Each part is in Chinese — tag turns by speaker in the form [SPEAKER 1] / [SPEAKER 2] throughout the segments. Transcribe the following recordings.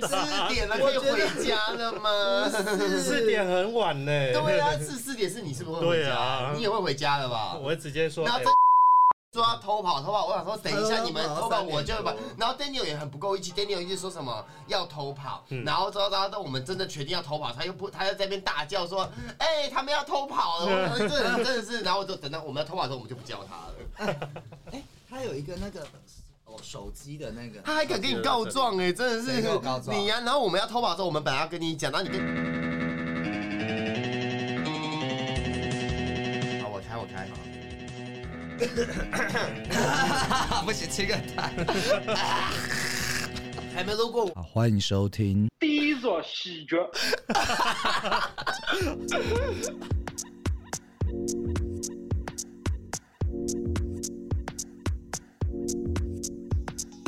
[SPEAKER 1] 的
[SPEAKER 2] 四
[SPEAKER 1] 啊、
[SPEAKER 2] 点了可以回家了吗？
[SPEAKER 3] 四点很晚呢、
[SPEAKER 2] 对啊，四四点是你是不是会回
[SPEAKER 3] 对
[SPEAKER 2] 家
[SPEAKER 3] 啊？
[SPEAKER 2] 你也会回家了吧？
[SPEAKER 3] 我会直接说，
[SPEAKER 2] 然后
[SPEAKER 3] 哎
[SPEAKER 2] 这 说要偷跑，偷跑，我想 说等一下你们偷
[SPEAKER 1] 偷
[SPEAKER 2] 跑，
[SPEAKER 1] 跑
[SPEAKER 2] 我就把
[SPEAKER 1] 三点。
[SPEAKER 2] 然后 Daniel 也很不够义气，Daniel 一直说什么要偷跑，
[SPEAKER 3] 嗯
[SPEAKER 2] 然后之后到到我们真的决定要偷跑，他又不，他又在那边大叫说：“哎，他们要偷跑了！”我想说这人真 的是，然后我就等到我们要偷跑的时候，我们就不叫他了。
[SPEAKER 1] 哎，他有一个那个哦手机的那个，
[SPEAKER 2] 他还敢跟你告状哎，真的
[SPEAKER 1] 谁
[SPEAKER 2] 是
[SPEAKER 1] 跟我告状
[SPEAKER 2] 你呀！然后我们要偷跑的时候，我们本来要跟你讲，然后你跟。好，我开，我开。
[SPEAKER 1] 不行，切个蛋。
[SPEAKER 2] 还没录过
[SPEAKER 1] 好，欢迎收听。
[SPEAKER 4] 第一所喜剧。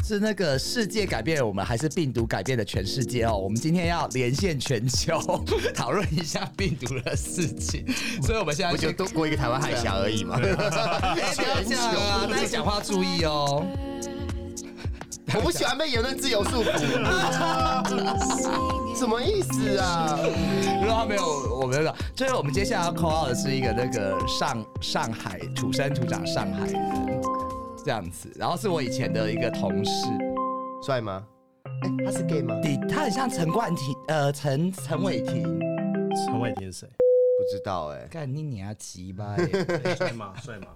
[SPEAKER 1] 是那个世界改变了我们，还是病毒改变了全世界哦？我们今天要连线全球， 讨论一下病毒的事情。所以我们现在
[SPEAKER 2] 不就
[SPEAKER 1] 先
[SPEAKER 2] 多哎过一个台湾海峡而已嘛。
[SPEAKER 1] 哎，不要
[SPEAKER 2] 全
[SPEAKER 1] 这样啊！大家
[SPEAKER 2] 球，
[SPEAKER 1] 讲话注意哦。
[SPEAKER 2] 我不喜欢被言论自由束缚。什么意思啊？
[SPEAKER 1] 如果他没有，我没有讲。就是我们接下来要 call out 的是一个那个上上海土生土长上海人这样子，然后是我以前的一个同事，
[SPEAKER 2] 帅吗？哎，他是 gay 吗？
[SPEAKER 1] 你他很像陈冠廷，呃，陈陈伟霆，
[SPEAKER 3] 陈伟霆是谁？
[SPEAKER 2] 不知道哎。
[SPEAKER 1] 干你你要急吧？
[SPEAKER 3] 哎帅吗？帅吗？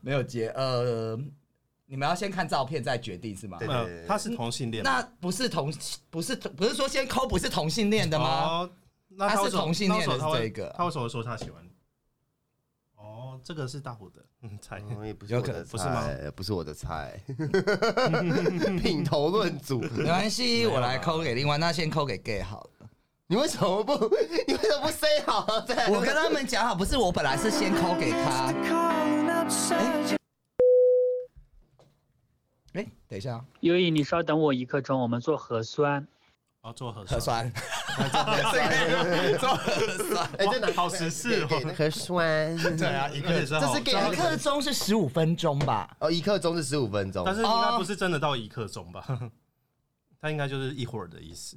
[SPEAKER 1] 没有接，呃，你们要先看照片再决定是吗？
[SPEAKER 2] 对
[SPEAKER 3] 呃，他是同性恋吗。
[SPEAKER 1] 那不是同不是不是说先抠不是同性恋的吗？
[SPEAKER 3] 哦，那
[SPEAKER 1] 他是
[SPEAKER 3] 为什么
[SPEAKER 1] 同性恋的
[SPEAKER 3] 那为什么他会
[SPEAKER 1] 这个
[SPEAKER 3] 他为什么说他喜欢？哦，这个是大虎的，嗯，猜。
[SPEAKER 2] 哦我也不是我的菜，
[SPEAKER 3] 不是吗？
[SPEAKER 2] 不是我的菜。 品头论足，
[SPEAKER 1] 没关系，
[SPEAKER 3] 没有
[SPEAKER 1] 我
[SPEAKER 3] 啊
[SPEAKER 1] 来抠给另外，那先抠给 gay 好了。
[SPEAKER 2] 你为什么不？ 你为什么不 say 好？对
[SPEAKER 1] 我跟他们讲好，不是我本来是先抠给他。哎、等一下啊，
[SPEAKER 4] 优一，你稍等我一刻钟，我们做核酸。
[SPEAKER 3] 哦，做核
[SPEAKER 2] 啊
[SPEAKER 1] 核
[SPEAKER 3] 酸。
[SPEAKER 1] 酸，这个做核酸。
[SPEAKER 2] 哎，这哪
[SPEAKER 3] 好时事哦
[SPEAKER 2] 给给核酸。
[SPEAKER 3] 对啊，一个
[SPEAKER 2] 这是给
[SPEAKER 3] 但
[SPEAKER 1] 一刻钟是十五分钟吧？
[SPEAKER 2] 哦，一刻钟是十五分钟。
[SPEAKER 3] 但是应该不是真的到一刻钟
[SPEAKER 1] 哦
[SPEAKER 3] 吧？ 他应该就是一会儿的意思。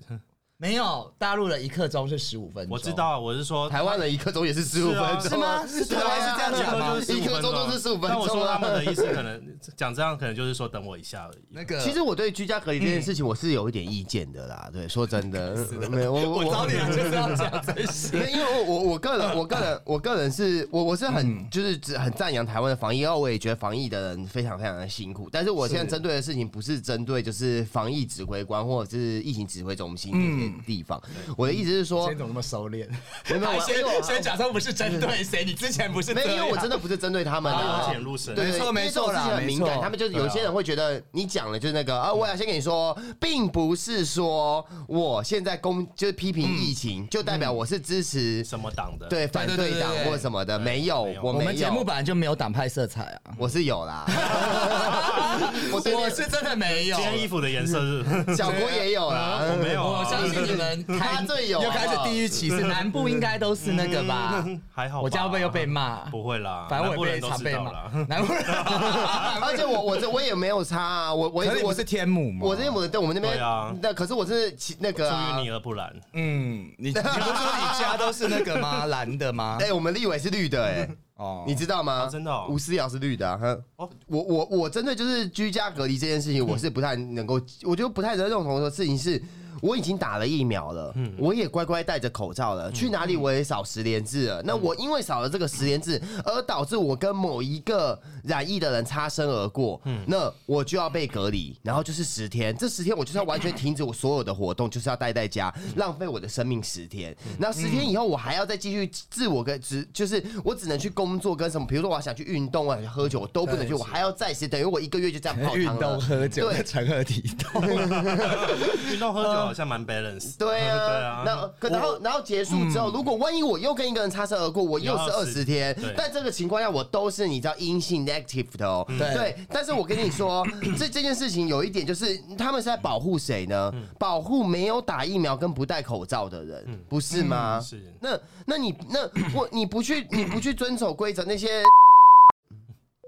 [SPEAKER 1] 没有，大陆的一刻钟是十五分钟。
[SPEAKER 3] 我知道，啊，我是说
[SPEAKER 2] 台湾的一刻钟也是十五分钟，
[SPEAKER 3] 是
[SPEAKER 1] 啊是吗是台湾是这样讲啊吗
[SPEAKER 3] 就是
[SPEAKER 2] 一刻钟都是十五分
[SPEAKER 1] 啊
[SPEAKER 3] 但
[SPEAKER 2] 钟。
[SPEAKER 3] 啊我说他们的意思，可能讲这样，可能就是说等我一下而已。
[SPEAKER 1] 那个，
[SPEAKER 2] 其实我对居家隔离这件事情我是有一点意见的啦，对，说真的， 没有我
[SPEAKER 1] 我早点就是要讲这
[SPEAKER 2] 因
[SPEAKER 1] 些。
[SPEAKER 2] 为因为我我我个人我个人我个人是我我是很就是只很赞扬台湾的防疫，然后我也觉得防疫的人非常非常的辛苦。但是我现在针对的事情不是针对就是防疫指挥官或者是疫情指挥中心这些地方，我的意思是说，
[SPEAKER 1] 怎么那么收 敛？
[SPEAKER 2] 没有没有
[SPEAKER 1] 还
[SPEAKER 2] 因为我
[SPEAKER 1] 先先假装不是针对谁，你之前不是
[SPEAKER 2] 没有，因为我真的
[SPEAKER 1] 的
[SPEAKER 2] 不是针对他们
[SPEAKER 3] 啊
[SPEAKER 2] 啊，
[SPEAKER 3] 有潜入深
[SPEAKER 2] 对
[SPEAKER 1] 没错
[SPEAKER 2] 因为
[SPEAKER 1] 没错
[SPEAKER 2] 这种事情
[SPEAKER 1] 啦
[SPEAKER 2] 很敏
[SPEAKER 1] 没
[SPEAKER 2] 感，
[SPEAKER 1] 错
[SPEAKER 2] 他们就是有些人会觉得你讲的就是那个啊，我想先跟你说，并不是说我现在攻就是批评疫情，就代表我是支持
[SPEAKER 3] 什么党的？，
[SPEAKER 2] 对反
[SPEAKER 1] 对对
[SPEAKER 2] 对
[SPEAKER 1] 对
[SPEAKER 2] 党
[SPEAKER 1] 对对
[SPEAKER 2] 或什么的，没有
[SPEAKER 3] 没，有
[SPEAKER 2] 我
[SPEAKER 1] 我们
[SPEAKER 2] 没
[SPEAKER 1] 节目
[SPEAKER 2] 有，
[SPEAKER 1] 本来就没有党派色彩啊。
[SPEAKER 2] 我是有 啦，我对
[SPEAKER 1] 我是真的没有
[SPEAKER 3] 今。天衣服的颜色 是
[SPEAKER 2] 小郭也有啦，
[SPEAKER 3] 我没有啊，
[SPEAKER 1] 我相信你们
[SPEAKER 2] 他
[SPEAKER 1] 开
[SPEAKER 2] 最有
[SPEAKER 1] 又开始地域 歧视，南部应该都是那个吧？
[SPEAKER 3] 还好吧。
[SPEAKER 1] 我家会不会又被骂？
[SPEAKER 3] 不会啦，
[SPEAKER 1] 反正
[SPEAKER 3] 南部
[SPEAKER 1] 我也被
[SPEAKER 3] 人都
[SPEAKER 1] 常
[SPEAKER 3] 知
[SPEAKER 1] 被
[SPEAKER 3] 道
[SPEAKER 1] 骂
[SPEAKER 3] 啦。。
[SPEAKER 1] 南部人，
[SPEAKER 2] 而且我我这我也没有差啊，我我
[SPEAKER 1] 可是
[SPEAKER 2] 我
[SPEAKER 1] 我是天母嘛，
[SPEAKER 2] 我这我对我们那边
[SPEAKER 3] 啊对啊
[SPEAKER 2] 那可是我是其那个啊
[SPEAKER 3] 出淤泥而不染，
[SPEAKER 1] 嗯，你你不是说你家都是那个吗？ 蓝的吗？
[SPEAKER 2] 哎，我们立委是绿的 哎。
[SPEAKER 1] 哦，
[SPEAKER 2] 你知道吗？
[SPEAKER 3] 啊真的啊哦
[SPEAKER 2] 吴思瑶是绿的、啊。哼
[SPEAKER 3] 哦
[SPEAKER 2] 我我我针对就是居家隔离这件事情，我是不太能够，我就不太能认同的事情是。我已经打了疫苗了，
[SPEAKER 1] 嗯
[SPEAKER 2] 我也乖乖戴着口罩了，去哪里我也扫十连制
[SPEAKER 1] 嗯
[SPEAKER 2] 了。那我因为扫了这个十连制，而导致我跟某一个染疫的人擦身而过，
[SPEAKER 1] 嗯
[SPEAKER 2] 那我就要被隔离，然后就是十天。这十天我就是要完全停止我所有的活动，就是要待在家，
[SPEAKER 1] 嗯
[SPEAKER 2] 浪费我的生命十天。然后十天以后，我还要再继续自我跟只就是我只能去工作跟什么，比如说我要想去运动啊，想去喝酒，我都不能去，我还要再是等于我一个月就这样泡
[SPEAKER 1] 运
[SPEAKER 2] 汤
[SPEAKER 1] 动
[SPEAKER 2] 了。
[SPEAKER 1] 喝酒
[SPEAKER 2] 对
[SPEAKER 1] 成何体统？
[SPEAKER 3] 运动喝酒好像蛮 balance。
[SPEAKER 2] 对
[SPEAKER 3] 对
[SPEAKER 2] 啊
[SPEAKER 3] 啊，
[SPEAKER 2] 那可然后然后结束之后，如果万一我又跟一个人擦身而过，我又是二十天
[SPEAKER 3] 对，
[SPEAKER 2] 但这个情况下我都是你知道阴性 negative 的哦。
[SPEAKER 1] 对
[SPEAKER 2] 对，但是我跟你说，这这件事情有一点就是，他们是在保护谁呢？保护没有打疫苗跟不戴口罩的人，不是
[SPEAKER 1] 啊
[SPEAKER 2] 吗？
[SPEAKER 5] 嗯
[SPEAKER 3] 是
[SPEAKER 2] 那那你那我你不去你不去遵守规则，那些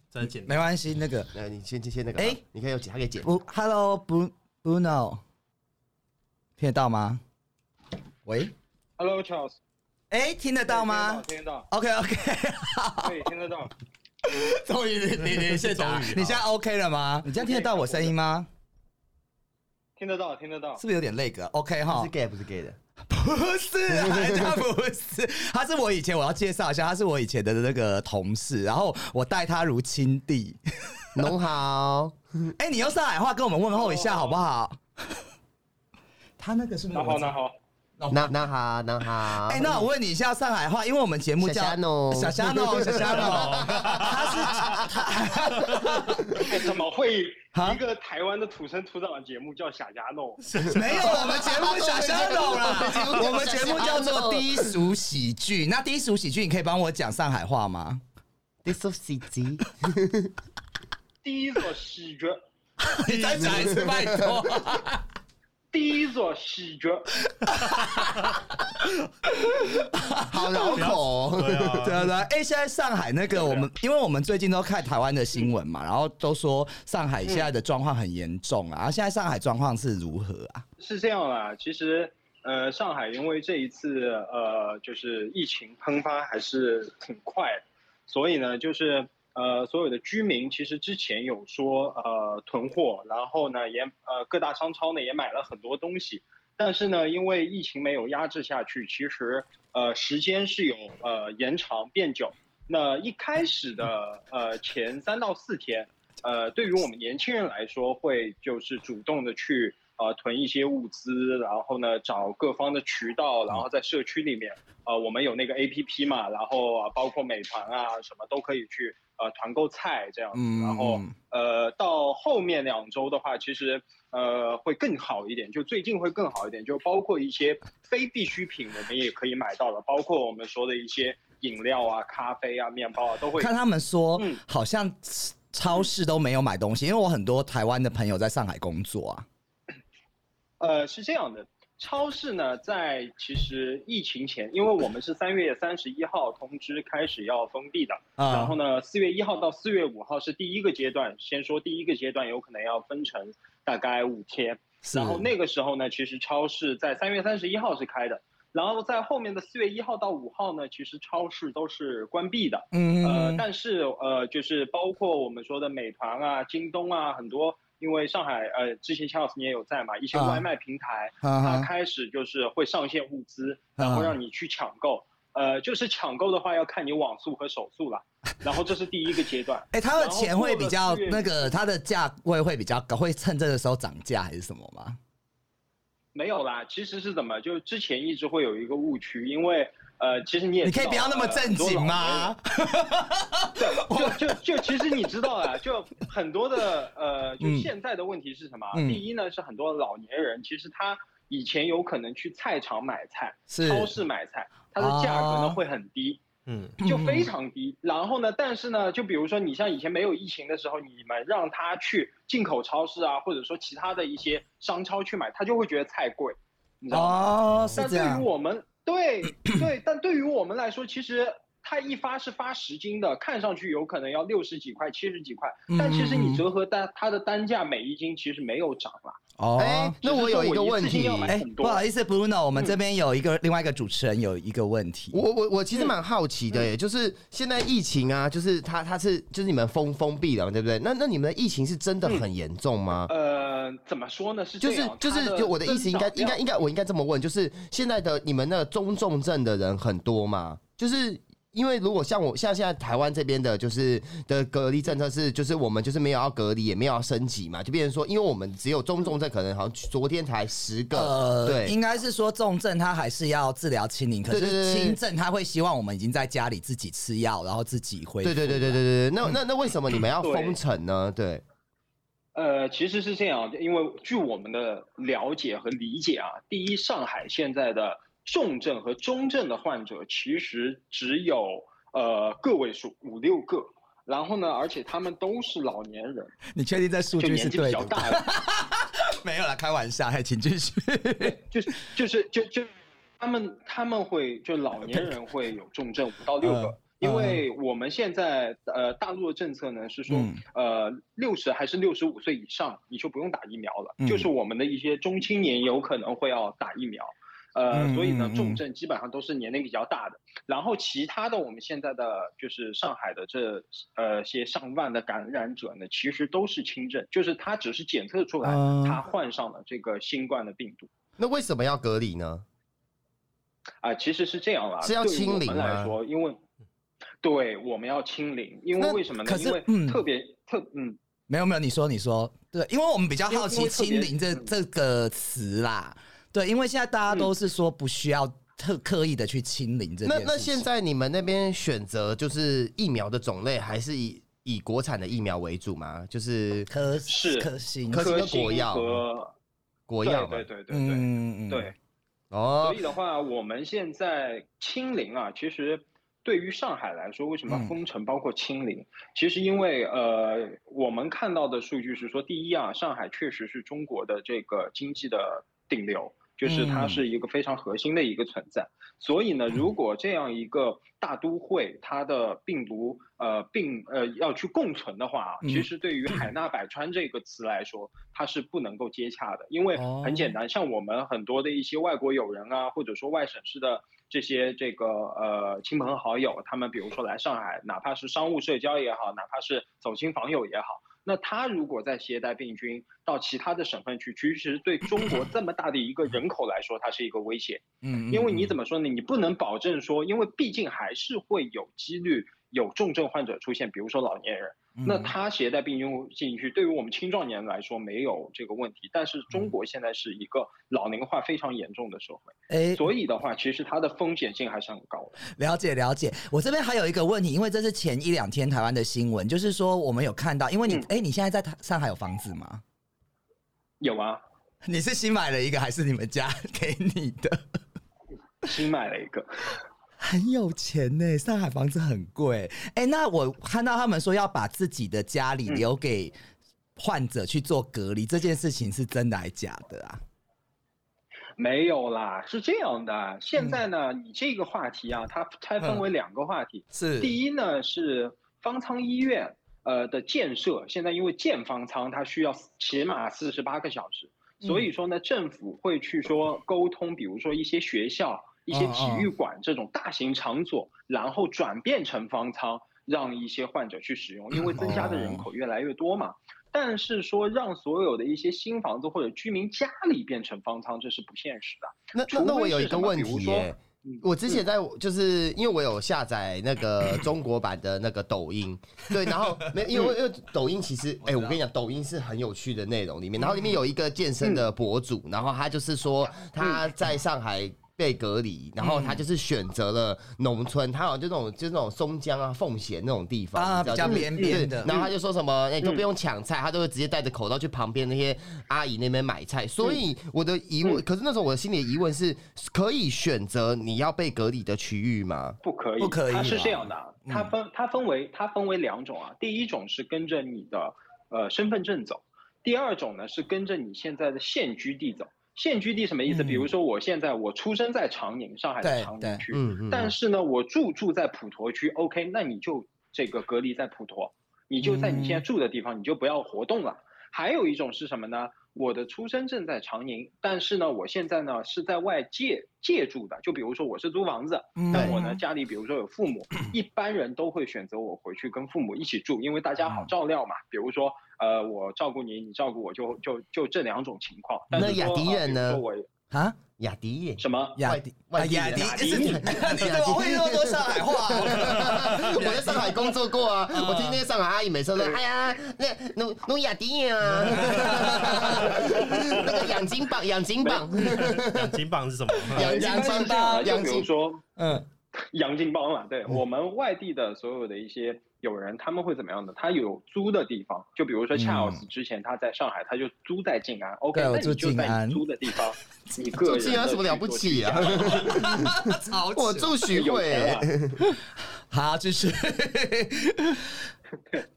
[SPEAKER 3] 真的简单。
[SPEAKER 1] 没关系，那个
[SPEAKER 2] 呃，你先先先那个，哎
[SPEAKER 1] 哎，
[SPEAKER 2] 你可以有剪，他可以剪。
[SPEAKER 1] 不，Hello，不，Bruno，听得到吗？喂，
[SPEAKER 5] Hello Charles，
[SPEAKER 1] 哎，听得到吗
[SPEAKER 5] 听得到，
[SPEAKER 1] ？OK OK，
[SPEAKER 5] 可以听得到，
[SPEAKER 1] 终于你你你现在
[SPEAKER 3] 终于
[SPEAKER 1] 你现在 OK 了吗？你这样听得到我声音吗？
[SPEAKER 5] 听得到，听得到
[SPEAKER 1] 是。不是有点累格？OK 哈，
[SPEAKER 2] 是 gay 不是 gay 的，
[SPEAKER 1] 不是啊，他不是，他是我以前我要介绍一下，他是我以前的那个同事，然后我待他如亲弟。
[SPEAKER 2] 侬好，
[SPEAKER 1] 哎、你用上海话跟我们问候一下好不好？他那个是不是
[SPEAKER 5] 那
[SPEAKER 1] 我
[SPEAKER 5] 好，
[SPEAKER 1] 们
[SPEAKER 5] 那好，
[SPEAKER 2] 那那好，那好，
[SPEAKER 1] 哎、那我问你一下上海话，因为我们节目
[SPEAKER 2] 小
[SPEAKER 1] 叫
[SPEAKER 2] 虾喏
[SPEAKER 1] 小虾喏，小虾喏， 他是
[SPEAKER 5] 哎怎么会
[SPEAKER 1] 啊
[SPEAKER 5] 一个台湾的土生土长的节目叫《傻家弄》？
[SPEAKER 1] 没有，我们节目是小虾喏啦，我
[SPEAKER 2] 我
[SPEAKER 1] 们
[SPEAKER 2] 们
[SPEAKER 1] 节
[SPEAKER 2] 节
[SPEAKER 1] 目
[SPEAKER 2] 目
[SPEAKER 1] 叫
[SPEAKER 2] 叫小虾喏
[SPEAKER 1] 做低俗喜剧。那低俗喜剧，你可以帮我讲上海话吗？
[SPEAKER 2] ，this of CG，
[SPEAKER 5] 第一座喜剧，
[SPEAKER 1] 你再讲一次，拜 托。
[SPEAKER 5] 第一座喜 剧，
[SPEAKER 2] 好绕口哦，
[SPEAKER 3] 对 啊，
[SPEAKER 1] 对啊对啊，哎、现在上海那个我们，
[SPEAKER 5] 啊
[SPEAKER 1] 因为我们最近都看台湾的新闻嘛，然后都说上海现在的状况很严重啊，然后现在上海状况是如何啊？
[SPEAKER 5] 是这样啦。其实，呃，上海因为这一次呃，就是疫情喷发还是挺快的，所以呢，就是呃，所有的居民其实之前有说呃囤货，然后呢也呃各大商超呢也买了很多东西，但是呢，因为疫情没有压制下去，其实呃时间是有呃延长变久。那一开始的呃前三到四天，呃，对于我们年轻人来说，会就是主动的去呃囤一些物资，然后呢找各方的渠道，然后在社区里面，呃，我们有那个 A P P 嘛，然后啊包括美团啊什么都可以去呃团购菜这样子，
[SPEAKER 1] 嗯，
[SPEAKER 5] 然后。呃，到后面两周的话，其实呃会更好一点，就最近会更好一点，就包括一些非必需品，我们也可以买到了，包括我们说的一些饮料啊、咖啡啊、面包啊，都会
[SPEAKER 1] 看他们说
[SPEAKER 5] 嗯，
[SPEAKER 1] 好像超市都没有买东西，因为我很多台湾的朋友在上海工作啊，
[SPEAKER 5] 呃，是这样的，超市呢，在其实疫情前，因为我们是三月三十一号通知开始要封闭的，
[SPEAKER 1] 啊、
[SPEAKER 5] 然后呢，四月一号到四月五号是第一个阶段，先说第一个阶段有可能要分成大概五天，
[SPEAKER 1] 是
[SPEAKER 5] 然后那个时候呢，其实超市在三月三十一号是开的，然后在后面的四月一号到五号呢，其实超市都是关闭的。
[SPEAKER 1] 嗯
[SPEAKER 5] 呃，但是呃，就是包括我们说的美团啊、京东啊，很多因为上海呃，之前 Charles 你也有在嘛，一些
[SPEAKER 1] 啊
[SPEAKER 5] 外卖平台，
[SPEAKER 1] 啊
[SPEAKER 5] 它
[SPEAKER 1] 哈
[SPEAKER 5] 开始就是会上线物资，然后让你去抢购。呃，就是抢购的话要看你网速和手速了，然后这是第一个阶段。
[SPEAKER 1] 哎、他的
[SPEAKER 5] 然后
[SPEAKER 1] 钱
[SPEAKER 5] 过
[SPEAKER 1] 会
[SPEAKER 5] 了
[SPEAKER 1] 比较
[SPEAKER 5] 四月
[SPEAKER 1] 那个，他的价位会比较高，会趁这个时候涨价还是什么吗？
[SPEAKER 5] 没有啦，其实是怎么？就之前一直会有一个误区，因为呃，其实你也
[SPEAKER 1] 你
[SPEAKER 5] 知
[SPEAKER 1] 可以
[SPEAKER 5] 道
[SPEAKER 1] 不要那么
[SPEAKER 5] 呃
[SPEAKER 1] 正
[SPEAKER 5] 很多
[SPEAKER 1] 经
[SPEAKER 5] 老
[SPEAKER 1] 吗？
[SPEAKER 5] 就就就其实你知道啊，就很多的呃，就
[SPEAKER 1] 嗯
[SPEAKER 5] 现在的问题是什么啊？
[SPEAKER 1] 嗯
[SPEAKER 5] 第一呢，是很多老年人其实他以前有可能去菜场买菜、
[SPEAKER 1] 是
[SPEAKER 5] 超市买菜，它的价格
[SPEAKER 1] 啊
[SPEAKER 5] 呢会很低，
[SPEAKER 3] 嗯，
[SPEAKER 5] 就非常低。然后呢，但是呢，就比如说你像以前没有疫情的时候，你们让他去进口超市啊，或者说其他的一些商超去买，他就会觉得菜贵，你知道吗？
[SPEAKER 1] 哦，是
[SPEAKER 5] 但
[SPEAKER 1] 这
[SPEAKER 5] 对
[SPEAKER 1] 样
[SPEAKER 5] 于。我们，对对，但对于我们来说，其实它一发是发十斤的，看上去有可能要六十几块、七十几块，但其实
[SPEAKER 1] 嗯
[SPEAKER 5] 你折合单它的单价每一斤其实没有涨啦。
[SPEAKER 1] 哦，
[SPEAKER 2] 哎，那我有一个问
[SPEAKER 5] 只是说
[SPEAKER 2] 题
[SPEAKER 5] 我一次性要，买
[SPEAKER 1] 哎、
[SPEAKER 5] 很
[SPEAKER 1] 不
[SPEAKER 5] 多
[SPEAKER 1] 好意思，Bruno，我们这边有一个、另外一个主持人有一个问题。
[SPEAKER 2] 我我我其实蛮好奇的耶，就是现在疫情啊，就是它它是就是你们封封闭了嘛，对不对？那那你们的疫情是真的很严重吗？
[SPEAKER 5] 嗯呃，怎么说呢？是
[SPEAKER 2] 就
[SPEAKER 5] 这
[SPEAKER 2] 是
[SPEAKER 5] 样
[SPEAKER 2] 就是
[SPEAKER 5] 它
[SPEAKER 2] 就我的意思应该
[SPEAKER 5] 增
[SPEAKER 2] 应
[SPEAKER 5] 长
[SPEAKER 2] 该
[SPEAKER 5] 量
[SPEAKER 2] 应该我应该这么问，就是现在的你们那个中重症的人很多吗？就是因为如果像我像现在台湾这边的，就是的隔离政策是，就是我们就是没有要隔离，也没有要升级嘛，就变成说，因为我们只有中重症，可能好像昨天才十个，
[SPEAKER 1] 呃，
[SPEAKER 2] 对
[SPEAKER 1] 应该是说重症他还是要治疗清零，可
[SPEAKER 2] 对对
[SPEAKER 1] 是
[SPEAKER 2] 对对
[SPEAKER 1] 轻症他会希望我们已经在家里自己吃药，然后自己恢
[SPEAKER 2] 对
[SPEAKER 1] 复。
[SPEAKER 2] 对对对对对对，
[SPEAKER 1] 嗯
[SPEAKER 2] 那那那为什么你们要
[SPEAKER 5] 对
[SPEAKER 2] 封城呢？对，
[SPEAKER 5] 呃，其实是这样，因为据我们的了解和理解啊，第一，上海现在的重症和中症的患者其实只有呃个位数，五六个。然后呢，而且他们都是老年人，
[SPEAKER 1] 你确定这数
[SPEAKER 5] 就
[SPEAKER 1] 据是
[SPEAKER 5] 年纪比
[SPEAKER 1] 对
[SPEAKER 5] 较
[SPEAKER 1] 的？
[SPEAKER 5] 大 的，
[SPEAKER 1] 没有啦，开玩笑，嘿，请继续。
[SPEAKER 5] 就是
[SPEAKER 1] 嗯
[SPEAKER 5] 就是就就他们他们会就老年人会有重症五到六个，因为我们现在呃大陆的政策呢是说，
[SPEAKER 1] 嗯
[SPEAKER 5] 呃六十还是六十五岁以上你就不用打疫苗了，
[SPEAKER 1] 嗯
[SPEAKER 5] 就是我们的一些中青年有可能会要打疫苗。呃，
[SPEAKER 1] 嗯
[SPEAKER 5] 所以呢
[SPEAKER 1] 嗯，嗯
[SPEAKER 5] 重症基本上都是年龄比较大的，然后其他的我们现在的就是上海的这呃些上万的感染者呢，其实都是轻症，就是他只是检测出来
[SPEAKER 1] 嗯
[SPEAKER 5] 他患上了这个新冠的病毒。
[SPEAKER 2] 那为什么要隔离呢？
[SPEAKER 5] 啊，其实是这样啦，
[SPEAKER 2] 是要
[SPEAKER 5] 对于
[SPEAKER 2] 清零
[SPEAKER 5] 我们
[SPEAKER 2] 吗
[SPEAKER 5] 来说，因为对我们要清零，因为
[SPEAKER 1] 那
[SPEAKER 5] 为什么呢？
[SPEAKER 1] 可是
[SPEAKER 5] 因为
[SPEAKER 1] 嗯
[SPEAKER 5] 特别、特嗯，
[SPEAKER 1] 没有没有，你说你说，对，因为我们比较好
[SPEAKER 5] 因
[SPEAKER 1] 奇“
[SPEAKER 5] 为特
[SPEAKER 1] 清
[SPEAKER 5] 别
[SPEAKER 1] 零这”
[SPEAKER 5] 嗯
[SPEAKER 1] 这个词啦，对，因为现在大家都是说不需要特刻意的去清零这件
[SPEAKER 2] 那
[SPEAKER 1] 事情。
[SPEAKER 2] 那现在你们那边选择就是疫苗的种类，还是以以国产的疫苗为主吗？就是
[SPEAKER 1] 科
[SPEAKER 5] 是
[SPEAKER 1] 科兴，
[SPEAKER 2] 可是
[SPEAKER 5] 科
[SPEAKER 2] 跟国
[SPEAKER 5] 兴
[SPEAKER 2] 药
[SPEAKER 5] 和
[SPEAKER 2] 国
[SPEAKER 5] 对
[SPEAKER 2] 药嘛
[SPEAKER 5] 对？对对对、
[SPEAKER 1] 嗯嗯嗯
[SPEAKER 5] 对，
[SPEAKER 2] 哦
[SPEAKER 5] 所以，的话，我们现在清零啊，其实对于上海来说，为什么
[SPEAKER 1] 嗯
[SPEAKER 5] 要封城包括清零？其实因为呃，我们看到的数据是说，第一啊，上海确实是中国的这个经济的顶流，就是它
[SPEAKER 1] 嗯
[SPEAKER 5] 是一个非常核心的一个存在。所以呢，如果这样一个大都会，它的病毒呃病呃要去共存的话啊，其
[SPEAKER 1] 嗯
[SPEAKER 5] 实对于“海纳百川”这个词来说，它是不能够接洽的，因 为
[SPEAKER 1] 哦
[SPEAKER 5] 很简单，像我们很多的一些外国友人啊，或者说外省市的这些这个呃亲朋好友，他们比如说来上海，哪怕是商务社交也好，哪怕是走亲访友也好。那他如果再携带病菌到其他的省份去，其实对中国这么大的一个人口来说，它是一个威胁。
[SPEAKER 1] 嗯
[SPEAKER 5] 因为你怎
[SPEAKER 1] 么
[SPEAKER 5] 么说呢？你不能保证说，因为毕竟还是会有几率有重症患者出现，比如说老年人，
[SPEAKER 1] 嗯
[SPEAKER 5] 那他携带病菌进去，对于我们青壮年来说没有这个问题，但是中国现在是一个老龄化非常严重的社会，
[SPEAKER 1] 哎
[SPEAKER 5] 所以的话，其实它的风险性还是很高的。
[SPEAKER 1] 了解了解，我这边还有一个问题，因为这是前一两天台湾的新闻，就是说我们有看到，因为你
[SPEAKER 5] 嗯
[SPEAKER 1] 哎、你现在在台上海有房子吗？
[SPEAKER 5] 有啊，
[SPEAKER 1] 你是新买了一个还是你们家给你的？
[SPEAKER 5] 新买了一个，
[SPEAKER 1] 很有钱呢、上海房子很贵。哎、那我看到他们说要把自己的家里
[SPEAKER 5] 嗯
[SPEAKER 1] 留给患者去做隔离，这件事情是真的还假的啊？
[SPEAKER 5] 没有啦，是这样的。现在呢，你这个话题啊，它拆分为两个话题，
[SPEAKER 1] 是
[SPEAKER 5] 第一呢是方舱医院呃的建设，现在因为建方舱它需要起码四十八个小时，所以说呢政府会去说沟通，比如说一些学校、一些体育馆这种大型场所，然后转变成方舱，让一些患者去使用，因为增加的人口越来越多嘛。但是说让所有的一些新房子或者居民家里变成方舱，这是不现实的。
[SPEAKER 2] 那那
[SPEAKER 5] 除
[SPEAKER 2] 那
[SPEAKER 5] 非
[SPEAKER 2] 我有一
[SPEAKER 5] 是
[SPEAKER 2] 个
[SPEAKER 5] 什么
[SPEAKER 2] 问
[SPEAKER 5] 比如
[SPEAKER 2] 题
[SPEAKER 5] 说
[SPEAKER 2] 耶
[SPEAKER 5] 嗯
[SPEAKER 2] 我之前在就是因为我有下载那个中国版的那个抖音，对，然后没因为因为抖音其
[SPEAKER 5] 嗯
[SPEAKER 2] 实，哎、我跟你讲，抖音是很有趣的内容里面，然后里面有一个健身
[SPEAKER 5] 嗯
[SPEAKER 2] 的博主，然后他就是说他在上海。被隔离，然后他
[SPEAKER 5] 嗯
[SPEAKER 2] 就是选择了农村，他好像就那种就是那种松江啊、奉贤那种地方
[SPEAKER 1] 啊
[SPEAKER 2] 你知道
[SPEAKER 1] 比较
[SPEAKER 2] 就是
[SPEAKER 1] 边边
[SPEAKER 2] 对
[SPEAKER 1] 的
[SPEAKER 2] 然后他就说什么，哎、都不用抢菜，他都会直接戴着口罩去旁边那些阿姨那边买菜。所以我的疑问，可是那时候我的心里的疑问是，可以选择你要被隔离的区域吗？
[SPEAKER 5] 不可以，
[SPEAKER 1] 不可以
[SPEAKER 5] 它是
[SPEAKER 1] 啦
[SPEAKER 5] 这样的啊，它
[SPEAKER 1] 嗯
[SPEAKER 5] 分它分为它分为两种啊，第一种是跟着你的呃身份证走，第二种呢是跟着你现在的现居地走。现居地什么意思？比如
[SPEAKER 1] 嗯
[SPEAKER 5] 说我现在我出生在长宁，上海
[SPEAKER 1] 对
[SPEAKER 5] 的长
[SPEAKER 1] 对
[SPEAKER 5] 宁区，
[SPEAKER 2] 嗯嗯
[SPEAKER 5] 但是呢我住住在普陀区，OK，那你就这个隔离在普陀，你就在你
[SPEAKER 1] 嗯
[SPEAKER 5] 现在住的地方，你就不要活动了。还有一种是什么呢？我的出生证在长宁，但是呢，我现在呢是在外借借住的，就比如说我是租房子，
[SPEAKER 1] 嗯
[SPEAKER 5] 那我呢，家里比如说有父母，一般人都会选择我回去跟父母一起住，因为大家
[SPEAKER 2] 嗯
[SPEAKER 5] 好照料嘛。比如说，呃，我照顾你，你照顾我就，就就这两种情况。但
[SPEAKER 2] 那
[SPEAKER 5] 是
[SPEAKER 2] 雅
[SPEAKER 5] 说
[SPEAKER 2] 迪
[SPEAKER 5] 呃
[SPEAKER 2] 人
[SPEAKER 5] 比如
[SPEAKER 2] 呢
[SPEAKER 5] 说我
[SPEAKER 1] 啊，
[SPEAKER 2] 雅迪耶，
[SPEAKER 5] 什么？
[SPEAKER 1] 雅
[SPEAKER 2] 外
[SPEAKER 1] 迪
[SPEAKER 2] 外
[SPEAKER 1] 啊
[SPEAKER 2] 地
[SPEAKER 1] 雅
[SPEAKER 2] 人
[SPEAKER 1] 迪，
[SPEAKER 2] 雅
[SPEAKER 1] 是
[SPEAKER 2] 迪
[SPEAKER 1] 你你怎么会那么多上海话啊、
[SPEAKER 2] 我在上海工作过 啊，我听那些上海阿姨每次都说，哎呀，那弄弄雅迪啊， 那个养金榜，养金榜，
[SPEAKER 3] 养金棒是什么？
[SPEAKER 2] 养
[SPEAKER 5] 呃一般
[SPEAKER 2] 金
[SPEAKER 5] 是这样
[SPEAKER 2] 榜，
[SPEAKER 5] 的就
[SPEAKER 2] 养
[SPEAKER 5] 比如
[SPEAKER 2] 金，嗯
[SPEAKER 5] 说
[SPEAKER 1] 嗯，
[SPEAKER 5] 杨金帮了，对我们外地的所有的一些友人，他们会怎么样呢？他有租的地方，就比如说恰奥
[SPEAKER 2] 嗯
[SPEAKER 5] 斯之前他在上海，他就租在静安，OK，
[SPEAKER 1] 对我
[SPEAKER 5] 那
[SPEAKER 1] 住
[SPEAKER 5] 你就
[SPEAKER 1] 静
[SPEAKER 5] 在
[SPEAKER 1] 安
[SPEAKER 5] 你租的地 方，你个
[SPEAKER 2] 住
[SPEAKER 5] 人
[SPEAKER 2] 进有
[SPEAKER 5] 的
[SPEAKER 2] 什么了
[SPEAKER 5] 去
[SPEAKER 2] 不
[SPEAKER 5] 做
[SPEAKER 2] 起
[SPEAKER 5] 居
[SPEAKER 2] 啊
[SPEAKER 5] 家？
[SPEAKER 1] 超
[SPEAKER 2] 我
[SPEAKER 1] 扯
[SPEAKER 2] 住徐
[SPEAKER 5] 有
[SPEAKER 2] 汇
[SPEAKER 5] 钱
[SPEAKER 2] 耶
[SPEAKER 5] 了。
[SPEAKER 1] 好，继 续。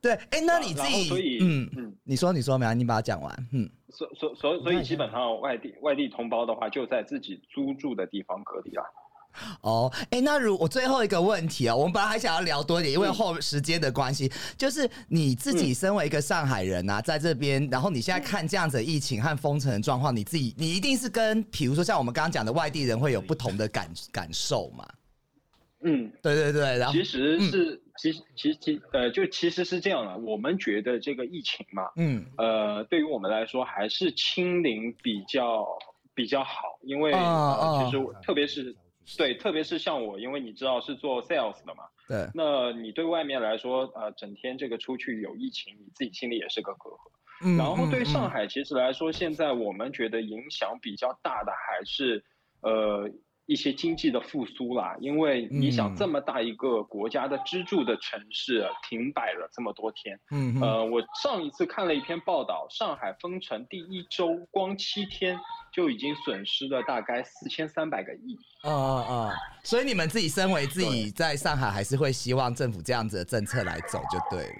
[SPEAKER 1] 对，哎、那你自
[SPEAKER 5] 然后
[SPEAKER 1] 己，
[SPEAKER 5] 所以
[SPEAKER 1] 嗯，
[SPEAKER 5] 嗯，
[SPEAKER 1] 你说，你说，没有，你把它讲完，嗯，
[SPEAKER 5] 所所所所以基本上外地外地同胞的话，就在自己租住的地方隔离了。啊
[SPEAKER 1] 哦，哎，那如我最后一个问题啊、我们本来还想要聊多一点，因为后时间的关系，就是你自
[SPEAKER 5] 嗯
[SPEAKER 1] 己身为一个上海人啊，在这边，然后你现在看这样子的疫情和封城的状况，你自己你一定是跟，比如说像我们刚刚讲的外地人会有不同的感感受嘛？
[SPEAKER 5] 嗯，
[SPEAKER 1] 对对对，然后
[SPEAKER 5] 其实是，其实其实其呃，就其实是这样的，我们觉得这个疫情嘛，
[SPEAKER 1] 嗯
[SPEAKER 5] 呃，对于我们来说还是清零比较比较好，因为、
[SPEAKER 1] 啊
[SPEAKER 5] 呃
[SPEAKER 1] 啊
[SPEAKER 5] 其实我特别是对，特别是像我，因为你知道是做 sales 的嘛，
[SPEAKER 1] 对，
[SPEAKER 5] 那你对外面来说，呃，整天这个出去有疫情，你自己心里也是个隔阂。
[SPEAKER 1] 嗯
[SPEAKER 5] 然后对
[SPEAKER 1] 嗯
[SPEAKER 5] 上海其实来说，现在我们觉得影响比较大的还是呃一些经济的复苏啦，因为你想
[SPEAKER 1] 嗯
[SPEAKER 5] 这么大一个国家的支柱的城市停摆了这么多天，
[SPEAKER 1] 嗯嗯
[SPEAKER 5] 呃，我上一次看了一篇报道，上海封城第一周光七天就已经损失了大概四千三百个亿。
[SPEAKER 1] 啊啊啊！所以你们自己身为自己在上海，还是会希望政府这样子的政策来走就对了。